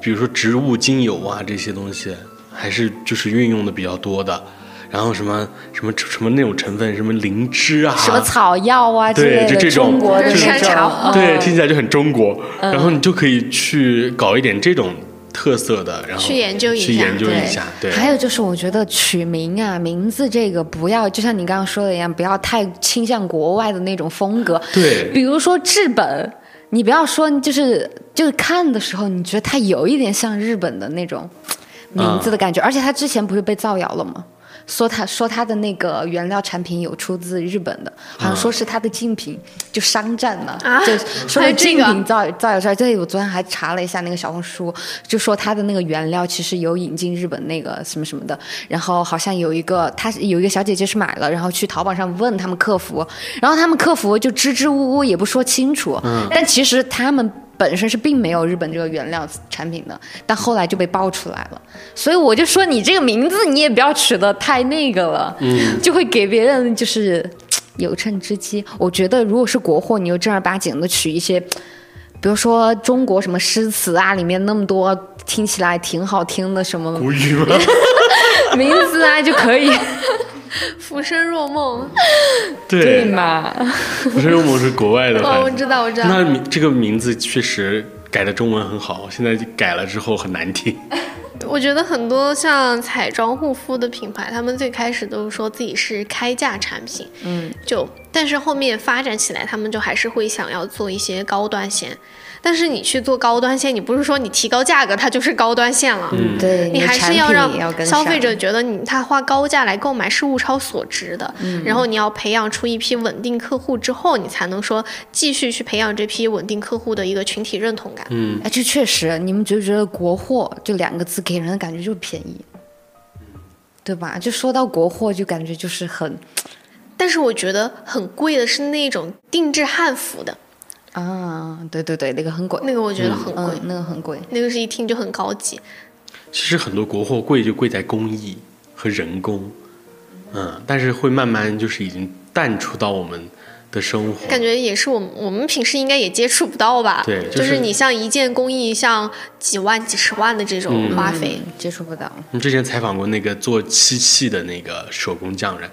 Speaker 2: 比如说植物精油啊这些东西，还是就是运用的比较多的。然后什么什么什么那种成分，什么灵芝啊，
Speaker 3: 什么草药啊之
Speaker 2: 对
Speaker 3: 类的，
Speaker 2: 就这种
Speaker 3: 中国的哦
Speaker 1: 就是
Speaker 3: 那
Speaker 1: 山茶
Speaker 3: 种，
Speaker 2: 对，听起来就很中国。然后你就可以去搞一点这种特色的，然后
Speaker 1: 去研究一下
Speaker 2: 去研究一
Speaker 3: 对
Speaker 2: 下，对。
Speaker 3: 还有就是，我觉得取名啊、名字这个不要，就像你刚刚说的一样，不要太倾向国外的那种风格。
Speaker 2: 对
Speaker 3: 比如说日本，你不要说就是就是看的时候，你觉得它有一点像日本的那种名字的
Speaker 2: 嗯
Speaker 3: 感觉，而且它之前不是被造谣了吗？说它说它的那个原料产品有出自日本的，好像
Speaker 2: 嗯
Speaker 3: 说是它的竞品，就商战嘛，
Speaker 1: 啊
Speaker 3: 就说
Speaker 1: 还有这
Speaker 3: 是竞
Speaker 1: 个
Speaker 3: 品造造谣出来。对，我昨天还查了一下那个小红书，就说它的那个原料其实有引进日本那个什么什么的，然后好像有一个她有一个小姐姐是买了，然后去淘宝上问他们客服，然后他们客服就支支吾吾也不说清楚，但其实他们。本身是并没有日本这个原料产品的，但后来就被爆出来了，所以我就说你这个名字你也不要取得太那个了，就会给别人就是嘖有趁之机。我觉得如果是国货，你又正儿八经的取一些，嘖比如说中国什么诗词啊，里面那么多听起来挺好听的什么 (laughs)
Speaker 2: 无语吗？
Speaker 3: 名字啊，就可以
Speaker 1: 浮生若梦，
Speaker 2: 对
Speaker 3: 嘛？
Speaker 2: 不是梦是国外的牌
Speaker 1: (laughs) 哦，我
Speaker 2: 子
Speaker 1: 知道，我知道。
Speaker 2: 那名这个名字确实改的中文很好，现在改了之后很难听。
Speaker 1: 我觉得很多像彩妆护肤的品牌，他们最开始都是说自己是开价产品，嗯，就但是后面发展起来，他们就还是会想要做一些高端线。但是你去做高端线，你不是说你提高价格，它就是高端线了，嗯，
Speaker 3: 对，
Speaker 1: 你
Speaker 3: 的
Speaker 1: 还
Speaker 3: 产
Speaker 1: 是
Speaker 3: 品
Speaker 1: 要让
Speaker 3: 也跟
Speaker 1: 消费
Speaker 3: 上
Speaker 1: 者觉得你他花高价来购买是物超所值的，
Speaker 3: 嗯
Speaker 1: 然后你要培养出一批稳定客户之后，你才能说继续去培养这批稳定客户的一个群体认同感。
Speaker 3: 哎，这确实，你们觉不觉得“国货”这两个字给人的感觉就是便宜，对吧？就说到国货，就感觉就是很
Speaker 1: 但是我觉得很贵的是那种定制汉服的，
Speaker 3: 啊，对对对，那个很贵，
Speaker 1: 那个我觉得很贵，
Speaker 3: 嗯，那个很贵。
Speaker 1: 那个是一听就很高级。
Speaker 2: 其实很多国货贵就贵在工艺和人工，嗯，但是会慢慢就是已经淡出到我们的生活。
Speaker 1: 感觉也是我们我们平时应该也接触不到吧？
Speaker 2: 对
Speaker 1: 就
Speaker 2: 就是
Speaker 1: 你像一件工艺像几万、几十万的这种花费，
Speaker 3: 嗯接触不到，
Speaker 2: 你之前采访过那个做漆器的那个手工匠人，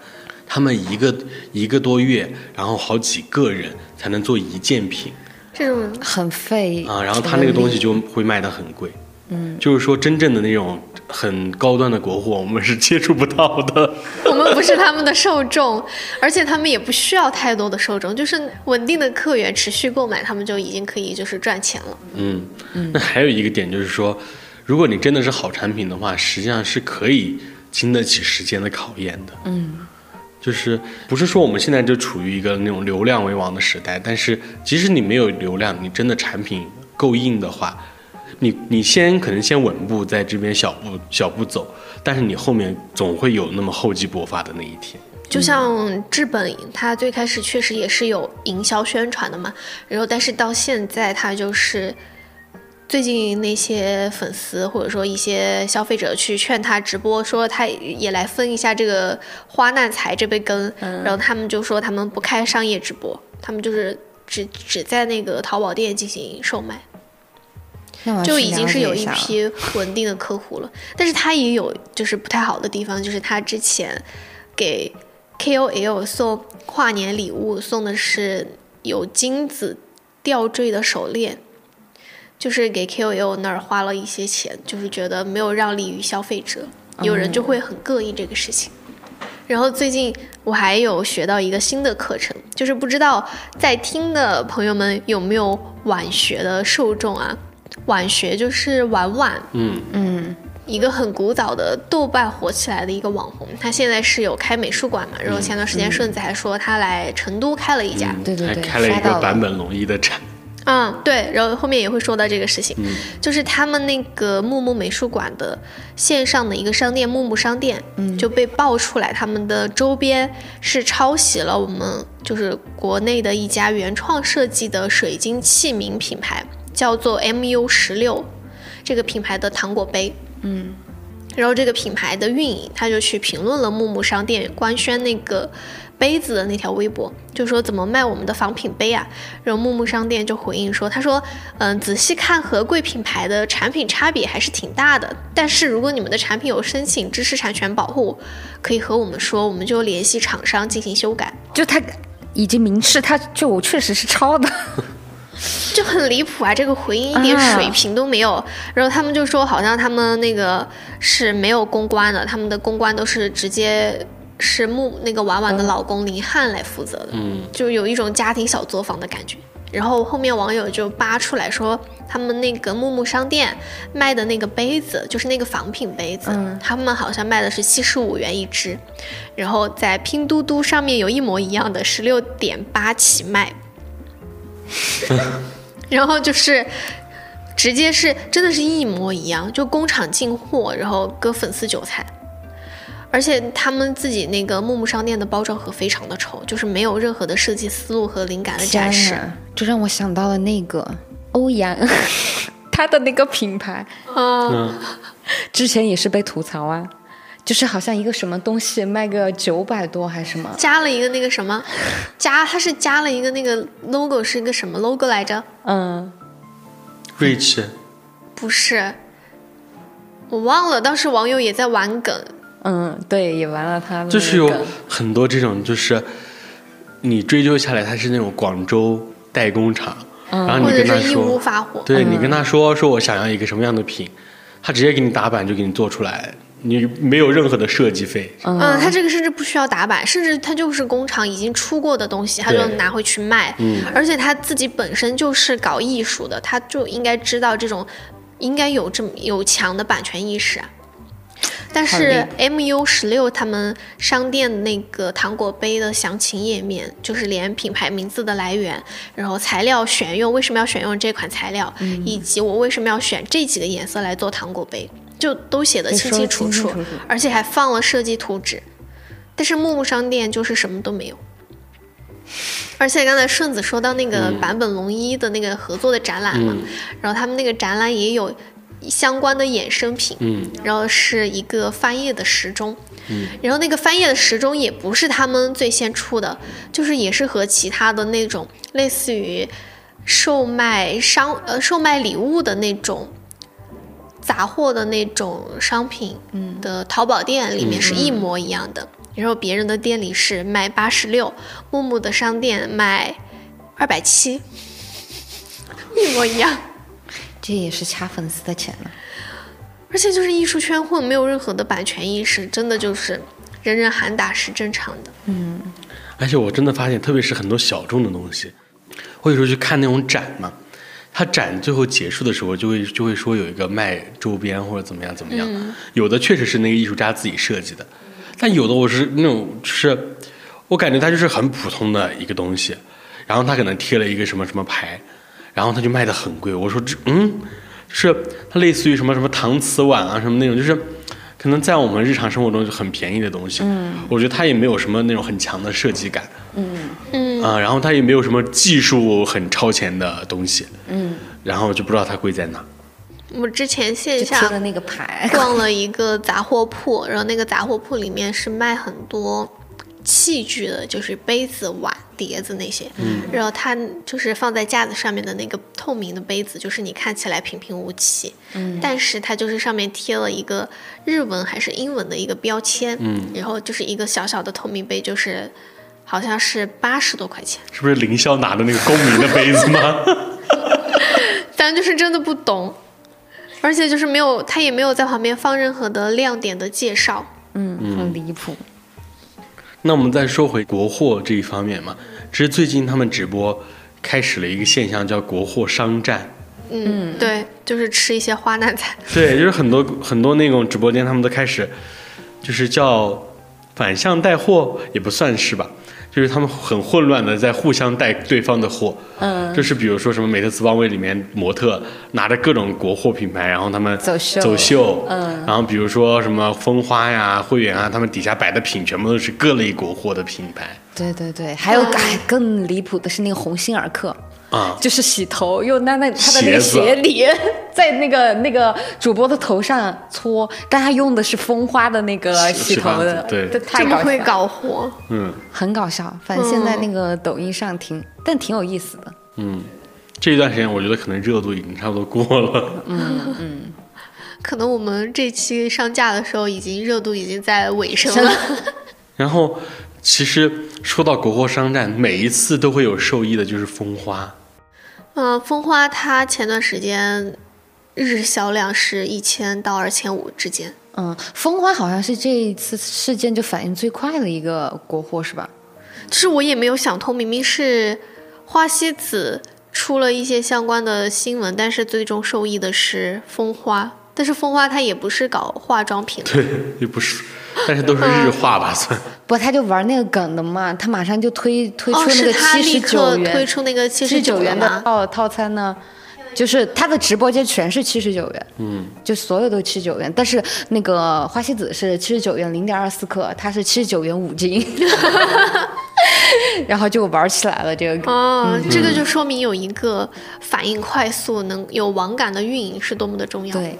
Speaker 2: 他们一个一个多月，然后好几个人才能做一件品。
Speaker 1: 这种
Speaker 3: 很费
Speaker 2: 啊，然后它那个东西就会卖得很贵。嗯，就是说真正的那种很高端的国货，我们是接触不到的。
Speaker 1: 我们不是他们的受众，而且他们也不需要太多的受众，就是稳定的客源持续购买，他们就已经可以就是赚钱了。
Speaker 2: 嗯，那还有一个点就是说，如果你真的是好产品的话，实际上是可以经得起时间的考验的。嗯，就是不是说我们现在就处于一个那种流量为王的时代，但是即使你没有流量，你真的产品够硬的话，你你先可能先稳步在这边小步小步走，但是你后面总会有那么厚积薄发的那一天。
Speaker 1: 就像治本，它最开始确实也是有营销宣传的嘛，然后但是到现在，它就是最近那些粉丝或者说一些消费者去劝他直播，说他也来分一下这个花难财这杯羹，然后他们就说他们不开商业直播，他们就是只只在那个淘宝店进行售卖。
Speaker 3: 那我要
Speaker 1: 就
Speaker 3: 去
Speaker 1: 已经
Speaker 3: 了
Speaker 1: 是
Speaker 3: 解
Speaker 1: 有一
Speaker 3: 下了
Speaker 1: 批 (laughs) 稳定的客户了。但是他也有就是不太好的地方，就是他之前给 KOL 送跨年礼物，送的是有金子吊坠的手链，就是给 KOL 那儿花了一些钱，就是觉得没有让利于消费者，有人就会很膈应这个事情。然后最近我还有学到一个新的课程，就是不知道在听的朋友们有没有晚学的受众啊？晚学就是晚晚，
Speaker 2: 嗯，
Speaker 1: 一个很古早的豆瓣火起来的一个网红，他现在是有开美术馆嘛，然后前段时间顺子还说他来成都开了一家，
Speaker 3: 对对
Speaker 2: 还
Speaker 3: 对
Speaker 2: 开了
Speaker 3: 刷
Speaker 2: 一个
Speaker 3: 到了
Speaker 2: 版本龙一的展，
Speaker 1: 嗯，对，然后后面也会说到这个事情，就是他们那个木木美术馆的线上的一个商店木木商店，就被爆出来他们的周边是抄袭了我们就是国内的一家原创设计的水晶器皿品牌，叫做 MU 十六这个品牌的糖果杯，然后这个品牌的运营他就去评论了木木商店官宣那个杯子的那条微博，就说怎么卖我们的仿品杯啊？然后木木商店就回应说，他说，嗯，仔细看和贵品牌的产品差别还是挺大的，但是如果你们的产品有申请知识产权保护，可以和我们说，我们就联系厂商进行修改，
Speaker 3: 就他已经明示，他就我确实是抄
Speaker 1: (laughs)
Speaker 3: 的。
Speaker 1: 就很离谱啊！这个回应一点
Speaker 3: 啊
Speaker 1: 水平都没有。然后他们就说，好像他们那个是没有公关的，他们的公关都是直接是木那个婉婉的老公林汉来负责的，
Speaker 2: 嗯，
Speaker 1: 就有一种家庭小作坊的感觉。然后后面网友就扒出来说，他们那个木木商店卖的那个杯子，就是那个仿品杯子，他们好像卖的是七十五元一只，然后在拼多多上面有一模一样的十六点八起卖，然后就是直接是真的是一模一样，就工厂进货，然后割粉丝韭菜。而且他们自己那个木木商店的包装盒非常的丑，就是没有任何的设计思路和灵感的展示
Speaker 3: 天。哪，这让我想到了那个欧阳， (laughs) 他的那个品牌
Speaker 1: 嗯，
Speaker 2: 嗯，
Speaker 3: 之前也是被吐槽啊，就是好像一个什么东西卖个九百多还是什么，
Speaker 1: 加了一个那个什么，加它是加了一个那个 logo 是一个什么 logo 来着？
Speaker 3: 嗯，
Speaker 2: 瑞奇，
Speaker 1: 不是，我忘了。当时网友也在玩梗，
Speaker 3: 嗯，对，也完了他的那个
Speaker 2: 就是有
Speaker 1: 呃
Speaker 2: 很多这种，就是你追究下来，它是那种广州代工厂，然后
Speaker 1: 或者
Speaker 2: 你跟他
Speaker 1: 是义乌嗯
Speaker 2: 说，
Speaker 1: 发火。
Speaker 2: 对你跟他说说我想要一个什么样的品，他直接给你打版就给你做出来，你没有任何的设计费，
Speaker 1: 嗯，它这个甚至不需要打版，甚至它就是工厂已经出过的东西，它就
Speaker 2: 对
Speaker 1: 拿回去卖。而且他自己本身就是搞艺术的，他就应该知道这种，应该有这么有强的版权意识啊。但是 M U 十六他们商店那个糖果杯的详情页面，就是连品牌名字的来源，然后材料选用为什么要选用这款材料，以及我为什么要选这几个颜色来做糖果杯，就都写的
Speaker 3: 就
Speaker 1: 清
Speaker 3: 哎说
Speaker 1: 清
Speaker 3: 得
Speaker 1: 楚
Speaker 3: 清清
Speaker 1: 楚
Speaker 3: 楚楚，
Speaker 1: 而且还放了设计图纸。但是木木商店就是什么都没有。而且刚才顺子说到那个坂本龙一的那个合作的展览嘛，然后他们那个展览也有相关的衍生品，
Speaker 2: 嗯
Speaker 1: 然后是一个翻页的时钟，然后那个翻页的时钟也不是他们最先出的，就是也是和其他的那种类似于售卖商呃售卖礼物的那种杂货的那种商品的淘宝店里面是一模一样的。然后别人的店里是卖八十六，木木的商店卖二百七， (laughs) 一模一样。
Speaker 3: 这也是掐粉丝的钱了。
Speaker 1: 而且就是艺术圈混，没有任何的版权意识，真的就是人人喊打是正常的。
Speaker 2: 而且我真的发现，特别是很多小众的东西，我有时候去看那种展嘛，它展最后结束的时候，就会就会说有一个卖周边或者怎么样怎么样，有的确实是那个艺术家自己设计的，但有的我是那种就是我感觉它就是很普通的一个东西，然后它可能贴了一个什么什么牌，然后它就卖的很贵。我说这嗯，就是它类似于什么什么搪瓷碗啊什么那种，就是可能在我们日常生活中就很便宜的东西。嗯，我觉得它也没有什么那种很强的设计感。
Speaker 1: 嗯，
Speaker 2: 啊、然后它也没有什么技术很超前的东西，
Speaker 3: 嗯，
Speaker 2: 然后就不知道它贵在哪。
Speaker 1: 我之前线
Speaker 3: 就
Speaker 1: 下
Speaker 3: 贴了那个牌，
Speaker 1: 逛了一个杂货铺，然后那个杂货铺里面是卖很多器具的，就是杯子、碗、碟子那些。嗯，然后它就是放在架子上面的那个透明的杯子，就是你看起来平平无奇，嗯，但是它就是上面贴了一个日文还是英文的一个标签，嗯，然后就是一个小小的透明杯，就是好像是八十多块钱。
Speaker 2: 是不是凌霄拿的那个公民的杯子吗？ (laughs)
Speaker 1: 咱就是真的不懂，而且就是没有，他也没有在旁边放任何的亮点的介绍。
Speaker 3: 嗯，很离谱。
Speaker 2: 那我们再说回国货这一方面嘛，其实最近他们直播开始了一个现象，叫国货商战。
Speaker 1: 嗯，对，就是吃一些花烂菜。
Speaker 2: (laughs) 对，就是很多很多那种直播间，他们都开始就是叫反向带货，也不算是吧，就是他们很混乱的在互相带对方的货。嗯，就是比如说什么美特斯邦威里面模特拿着各种国货品牌，然后他们
Speaker 3: 走秀
Speaker 2: 走秀。嗯，然后比如说什么蜂花呀、汇源啊，他们底下摆的品全部都是各类国货的品牌
Speaker 3: 对对对，还有哎，更离谱的是那个鸿星尔克。
Speaker 2: 啊。
Speaker 3: 就是洗头，用那那他的那个
Speaker 2: 鞋子
Speaker 3: 鞋底在那个那个主播的头上搓，但他用的是蜂花的那个
Speaker 2: 洗
Speaker 3: 洗头
Speaker 2: 洗发
Speaker 3: 的
Speaker 2: 子，对
Speaker 3: 这
Speaker 1: 这
Speaker 3: 太
Speaker 1: 么
Speaker 3: 搞
Speaker 1: 会
Speaker 3: 笑，
Speaker 1: 搞活，
Speaker 2: 嗯，
Speaker 3: 很搞笑。反正现在那个抖音上挺，但挺有意思的。
Speaker 2: 这一段时间我觉得可能热度已经差不多过了。
Speaker 1: 可能我们这期上架的时候，已经热度已经在尾声了。 (laughs)
Speaker 2: 然后，其实说到国货商战，每一次都会有受益的，就是蜂花。
Speaker 1: 嗯，蜂花它前段时间日销量是一千到二千五之间。
Speaker 3: 嗯，蜂花好像是这一次事件就反应最快的一个国货是吧？
Speaker 1: 就是我也没有想通，明明是花西子出了一些相关的新闻，但是最终受益的是蜂花。但是蜂花它也不是搞化妆品的，
Speaker 2: 对， (laughs) 也不是，但是都是日化吧，算。
Speaker 3: 不，他就玩那个梗的嘛，他马上就推推出
Speaker 1: 哦，
Speaker 3: 那
Speaker 1: 是
Speaker 3: 个
Speaker 1: 它
Speaker 3: 七
Speaker 1: 立
Speaker 3: 十
Speaker 1: 刻
Speaker 3: 九元，
Speaker 1: 推出那个七
Speaker 3: 七十
Speaker 1: 十
Speaker 3: 九
Speaker 1: 元
Speaker 3: 元的
Speaker 1: 吗？
Speaker 3: 套套餐呢，就是他的直播间全是七十九元，嗯，就所有都七十九元，但是那个花西子是七十九元零点二四克，它是七十九元五
Speaker 1: (laughs)
Speaker 3: 斤，然后就玩起来了这个梗。
Speaker 1: 哦，这
Speaker 3: 嗯
Speaker 1: 个就说明有一个反应快速、能有网感的运营是多么的重要。，
Speaker 3: 对，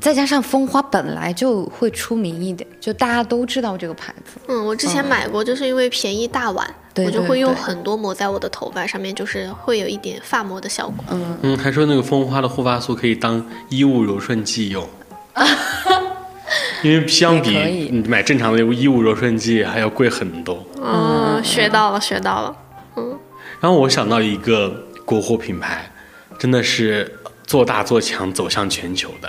Speaker 3: 再加上蜂花本来就会出名一点，就大家都知道这个牌子。
Speaker 1: 嗯，我之前买过，就是因为便宜大碗，
Speaker 3: 对
Speaker 1: 我就
Speaker 3: 对
Speaker 1: 会用
Speaker 3: 对
Speaker 1: 很多抹在我的头发上面，就是会有一点发膜的效果。
Speaker 2: 嗯，还说那个蜂花的护发素可以当衣物柔顺剂用，因为相比
Speaker 3: 也可以
Speaker 2: 你买正常的衣物柔顺剂还要贵很多。
Speaker 1: 嗯，学到了，学到了。
Speaker 2: 然后我想到一个国货品牌，真的是做大做强走向全球的，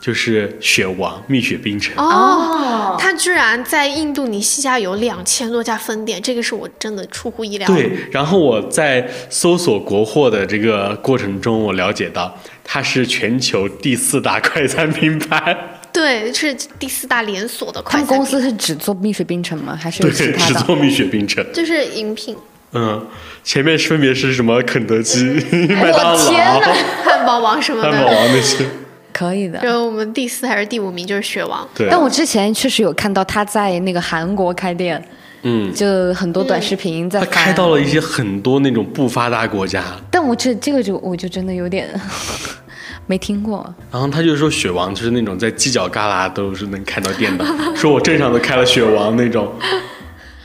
Speaker 2: 就是雪王蜜雪冰城。
Speaker 1: 哦，它居然在印度尼西亚有两千多家分店，这个是我真的出乎意料。
Speaker 2: 对，，然后我在搜索国货的这个过程中，我了解到它是全球第四大快餐品
Speaker 3: (laughs)
Speaker 2: 牌，
Speaker 1: 对，是第四大连锁的
Speaker 3: 他
Speaker 1: 快
Speaker 3: 们
Speaker 1: 餐
Speaker 3: 公
Speaker 1: 店
Speaker 3: 司是只做蜜雪冰城吗？还是有
Speaker 2: 对，
Speaker 3: 其
Speaker 2: 只
Speaker 3: 他的？
Speaker 2: 做蜜雪冰城。
Speaker 1: 就是饮品、
Speaker 2: 嗯，前面分别是什么肯德基、麦当
Speaker 3: 哎我天
Speaker 2: 劳、 (laughs) 汉
Speaker 1: 汉堡王什么
Speaker 2: 堡
Speaker 1: 的。
Speaker 2: 王那些。
Speaker 3: 可以的。
Speaker 1: 然后我们第四还是第五名就是雪王，
Speaker 2: 对，啊
Speaker 3: 但我之前确实有看到他在那个韩国开店，
Speaker 2: 嗯，
Speaker 3: 就很多短视频在
Speaker 2: 它
Speaker 3: 发。
Speaker 2: 开到了一些很多那种不发达国家，
Speaker 3: 但我这这个就我就真的有点 (laughs) 没听过，
Speaker 2: 然后他就说雪王就是那种在犄角旮旯都是能看到店
Speaker 3: (laughs)
Speaker 2: 的，说我镇上都开了雪王那种。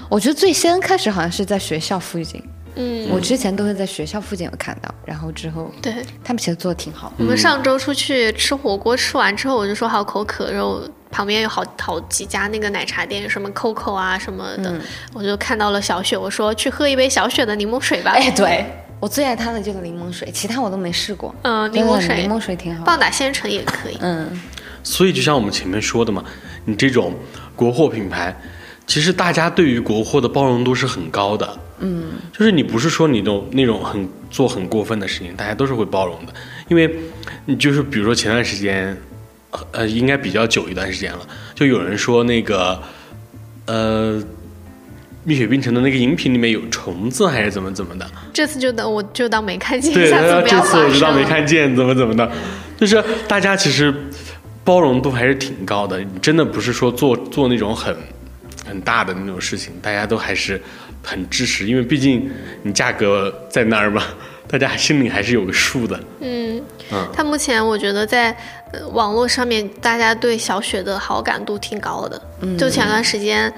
Speaker 3: 我觉得最先开始好像是在学校附近，
Speaker 1: 嗯，
Speaker 3: 我之前都是在学校附近有看到，然后之后
Speaker 1: 对。
Speaker 3: 他们其实做的挺好
Speaker 1: 我们上周出去吃火锅，吃完之后我就说好口渴，然后旁边有好好几家那个奶茶店，什么 COCO 啊什么
Speaker 3: 嗯
Speaker 1: 的，我就看到了小雪，我说去喝一杯小雪的柠檬水吧。
Speaker 3: 哎，对我最爱它的就是柠檬水，其他我都没试过。
Speaker 1: 嗯，
Speaker 3: 对
Speaker 1: 柠檬水，
Speaker 3: 柠檬水挺好的。
Speaker 1: 棒打鲜橙也可以。
Speaker 3: 嗯，
Speaker 2: 所以就像我们前面说的嘛，你这种国货品牌，其实大家对于国货的包容度是很高的。嗯，就是你不是说你都那种很做很过分的事情，大家都是会包容的，因为你就是比如说前段时间，呃，应该比较久一段时间了，就有人说那个，呃，蜜雪冰城的那个饮品里面有虫子还是怎么怎么的，
Speaker 1: 这次就当我就当没看见，(laughs)
Speaker 2: 对，
Speaker 1: 下次
Speaker 2: 他
Speaker 1: 不
Speaker 2: 这
Speaker 1: 要
Speaker 2: 次我
Speaker 1: 发
Speaker 2: 就当没
Speaker 1: 生。
Speaker 2: 看见，怎么怎么的，就是大家其实包容度还是挺高的，你真的不是说做做那种很很大的那种事情，大家都还是很支持，因为毕竟你价格在那儿嘛，大家心里还是有个数的。
Speaker 1: 嗯
Speaker 2: 嗯，
Speaker 1: 他目前我觉得在呃网络上面，大家对小雪的好感度挺高的。
Speaker 2: 嗯
Speaker 1: 就前段时间，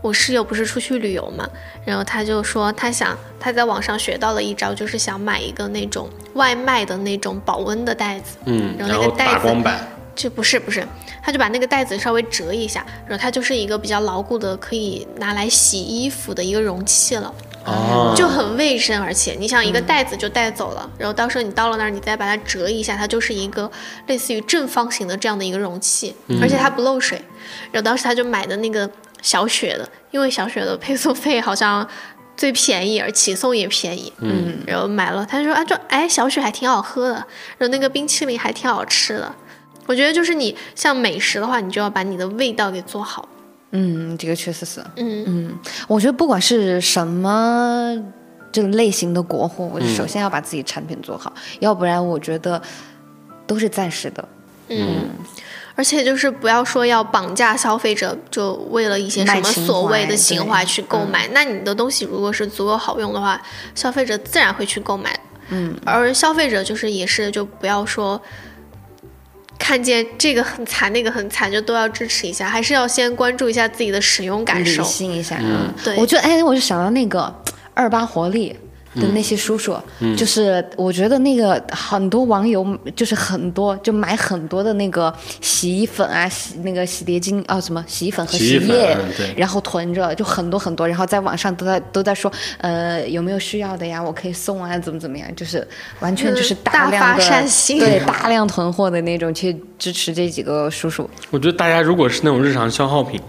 Speaker 1: 我室友不是出去旅游嘛，然后他就说他想他在网上学到了一招，就是想买一个那种外卖的那种保温的袋子。
Speaker 2: 嗯，
Speaker 1: 然
Speaker 2: 然
Speaker 1: 后那
Speaker 2: 后
Speaker 1: 个袋
Speaker 2: 打
Speaker 1: 子
Speaker 2: 光板，
Speaker 1: 这不是不是，他就把那个袋子稍微折一下，然后它就是一个比较牢固的，可以拿来洗衣服的一个容器了，
Speaker 2: 哦，
Speaker 1: 就很卫生。而且你想一个袋子就带走了，然后到时候你到了那儿，你再把它折一下，它就是一个类似于正方形的这样的一个容器，而且它不漏水。然后当时他就买的那个小雪的，因为小雪的配送费好像。最便宜，而起送也便宜，嗯，然后买了，他就说啊，就哎，小雪还挺好喝的，然后那个冰淇淋还挺好吃的，我觉得就是你像美食的话，你就要把你的味道给做好。
Speaker 3: 嗯，这个确实是，
Speaker 1: 嗯
Speaker 3: 嗯，我觉得不管是什么这个类型的国货，我首先要把自己产品做好，要不然我觉得都是暂时的。
Speaker 1: 而且就是不要说要绑架消费者，就为了一些什
Speaker 3: 卖
Speaker 1: 么
Speaker 3: 情
Speaker 1: 所谓
Speaker 3: 怀
Speaker 1: 的情怀
Speaker 3: 对
Speaker 1: 去购买。那你的东西如果是足够好用的话，消费者自然会去购买。嗯，而消费者就是也是就不要说。看见这个很惨，那个很惨，就都要支持一下，还是要先关注一下自己的使用感受
Speaker 3: 理。性一下。嗯，
Speaker 1: 对
Speaker 3: 我觉得哎，我就想到那个 (laughs) 二八活力。的那些叔叔，就是我觉得那个很多网友就是很多就买很多的那个洗衣粉啊，洗那个洗洁精啊、什么洗衣粉和
Speaker 2: 洗
Speaker 3: 洗
Speaker 2: 衣
Speaker 3: 衣
Speaker 2: 粉
Speaker 3: 液
Speaker 2: 嗯，对
Speaker 3: 然后囤着就很多很多，然后在网上都在都在说，呃有没有需要的呀，我可以送啊，怎么怎么样，就是完全就是
Speaker 1: 嗯大
Speaker 3: 量
Speaker 1: 发
Speaker 3: 的
Speaker 1: 善心
Speaker 3: 对大量囤货的那种去支持这几个叔叔，
Speaker 2: 我觉得大家如果是那种日常消耗品，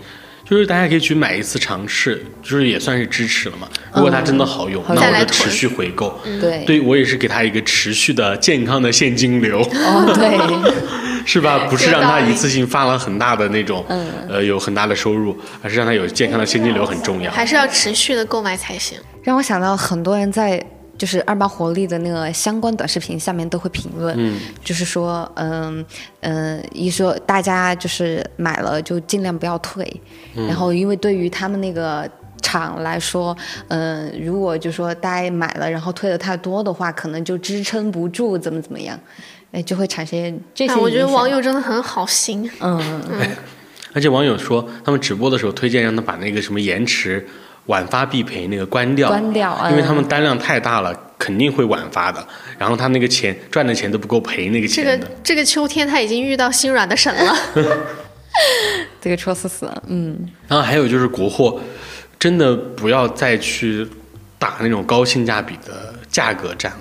Speaker 2: 就是大家可以去买一次尝试，就是也算是支持了嘛。如果它真的好用，
Speaker 3: 好
Speaker 2: 那
Speaker 1: 再
Speaker 2: 我
Speaker 1: 嗯来
Speaker 2: 就持
Speaker 1: 囤
Speaker 2: 续回购。
Speaker 3: 对
Speaker 2: 对我也是给他一个持续的健康的现
Speaker 1: (laughs)
Speaker 2: 金流，
Speaker 3: 哦对。
Speaker 2: 是吧？不是
Speaker 1: 有
Speaker 2: 让他
Speaker 1: 道理嗯
Speaker 2: 一次性发了很大的那种，呃，有很大的收入，而是让他有健康的现金流很重要。
Speaker 1: 还是要持续的购买才行。
Speaker 3: 让我想到很多人在就是二八活力的那个相关短视频下面都会评论，就是说，嗯嗯，一说大家就是买了就尽量不要退，然后因为对于他们那个。厂来说，嗯、如果就说大家买了，然后退的太多的话，可能就支撑不住，怎么怎么样，哎，就会产生这些、
Speaker 1: 哎，我觉得网，友真的很好心。
Speaker 3: 嗯，
Speaker 2: 而且网友说，他们直播的时候推荐让他把那个什么延迟、晚发必赔那个关掉，
Speaker 3: 关掉嗯
Speaker 2: 因为他们单量太大了，肯定会晚发的。然后他那个钱赚的钱都不够赔那个
Speaker 1: 这
Speaker 2: 钱的。
Speaker 1: 个这个秋天他已经遇到心软的神了。
Speaker 3: 这个戳死死了，嗯，
Speaker 2: 然后还有就是国货，真的不要再去打那种高性价比的价格战了。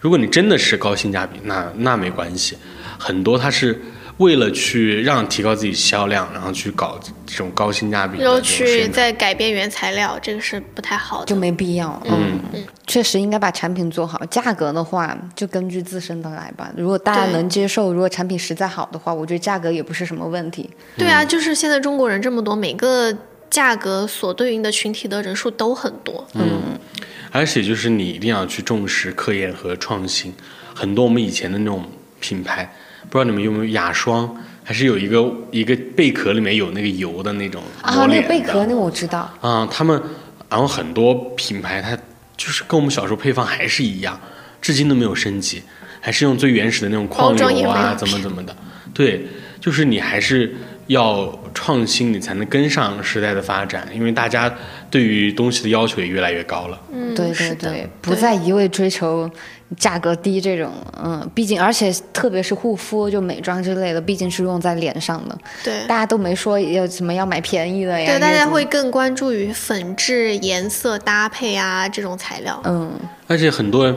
Speaker 2: 如果你真的是高性价比，那那没关系，很多它是为了去让提高自己销量，然后去搞这种高性价比的
Speaker 1: 然后
Speaker 2: 这种
Speaker 1: 去
Speaker 2: 宣传。
Speaker 1: 再改变原材料，这个是不太好
Speaker 3: 就
Speaker 1: 的。
Speaker 3: 没必要，嗯，确实应该把产品做好。价格的话，就根据自身的来吧。如果大家
Speaker 1: 对
Speaker 3: 能接受，如果产品实在好的话，我觉得价格也不是什么问题。
Speaker 1: 对啊，就是现在中国人这么多，每个价格所对应的群体的人数都很多。
Speaker 2: 嗯而且就是你一定要去重视科研和创新。很多我们以前的那种品牌，不知道你们有没有雅霜，还是有一个一个贝壳里面有那个油的那种
Speaker 3: 啊，
Speaker 2: 抹
Speaker 3: 那
Speaker 2: 脸
Speaker 3: 个贝
Speaker 2: 的
Speaker 3: 壳那个我知道，
Speaker 2: 啊、他们然后很多品牌它就是跟我们小时候配方还是一样，至今都没有升级，还是用最原始的那种
Speaker 1: 包
Speaker 2: 矿
Speaker 1: 装也
Speaker 2: 油
Speaker 1: 没
Speaker 2: 啊，
Speaker 1: 有
Speaker 2: 怎么
Speaker 1: 变
Speaker 2: 怎么的。对，就是你还是要创新，你才能跟上时代的发展，因为大家对于东西的要求也越来越高了。
Speaker 1: 嗯，
Speaker 3: 对
Speaker 1: 是
Speaker 3: 对
Speaker 1: 的
Speaker 3: 对，不再一味追求价格低这种，嗯，毕竟而且特别是护肤就美妆之类的，毕竟是用在脸上的，
Speaker 1: 对。
Speaker 3: 大家都没说要什么要买便宜的呀。
Speaker 1: 对，大
Speaker 3: 要
Speaker 1: 家
Speaker 3: 怎么
Speaker 1: 会更关注于粉质、颜色搭配啊这种材料。
Speaker 3: 嗯，
Speaker 2: 而且很多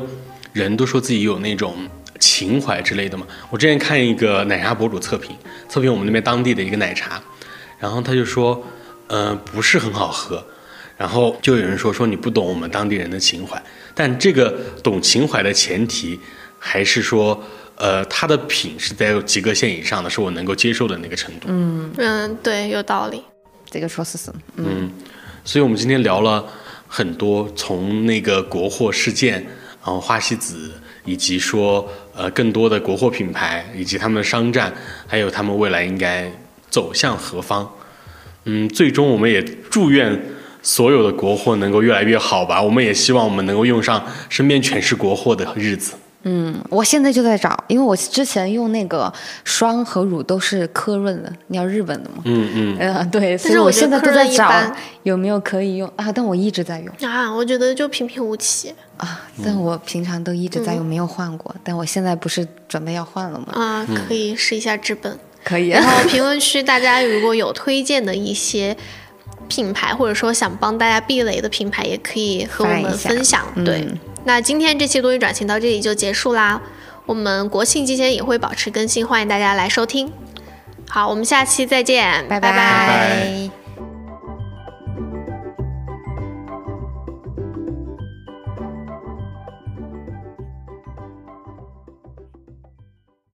Speaker 2: 人都说自己有那种情怀之类的嘛。我之前看一个奶茶博主测评，测评我们那边当地的一个奶茶，然后他就说，呃，不是很好喝。然后就有人说说你不懂我们当地人的情怀，但这个懂情怀的前提还是说，呃，它的品是在及格线以上的，是我能够接受的那个程度。
Speaker 1: 嗯，对，有道理。
Speaker 3: 这个说是什么？
Speaker 2: 嗯，所以我们今天聊了很多，从那个国货事件，然后花西子，以及说呃更多的国货品牌，以及他们的商战，还有他们未来应该走向何方。嗯，最终我们也祝愿所有的国货能够越来越好吧。我们也希望我们能够用上身边全是国货的日子。
Speaker 3: 嗯，我现在就在找，因为我之前用那个霜和乳都是科润的，你要日本的嘛？
Speaker 2: 嗯嗯。
Speaker 3: 呃，对，所以
Speaker 1: 是我
Speaker 3: 我
Speaker 1: 觉
Speaker 3: 现
Speaker 1: 得
Speaker 3: 在
Speaker 1: 科
Speaker 3: 都在
Speaker 1: 润一
Speaker 3: 找
Speaker 1: 般
Speaker 3: 有没有可以用啊，但我一直在用
Speaker 1: 啊，我觉得就平平无奇
Speaker 3: 啊，但我平常都一直
Speaker 1: 嗯
Speaker 3: 在用，没有换过，但我现在不是准备要换了吗？
Speaker 1: 啊，
Speaker 2: 嗯
Speaker 1: 可以试一下治本。
Speaker 3: 可以
Speaker 1: 然后评论区大家如果有推荐的一些品牌，或者说想帮大家避雷的品牌，也可以和我们分享。
Speaker 3: 嗯
Speaker 1: 对，那今天这期多语转型到这里就结束啦。我们国庆期间也会保持更新，欢迎大家来收听。好，我们下期再见，
Speaker 3: 拜
Speaker 1: 拜
Speaker 2: 拜
Speaker 3: 拜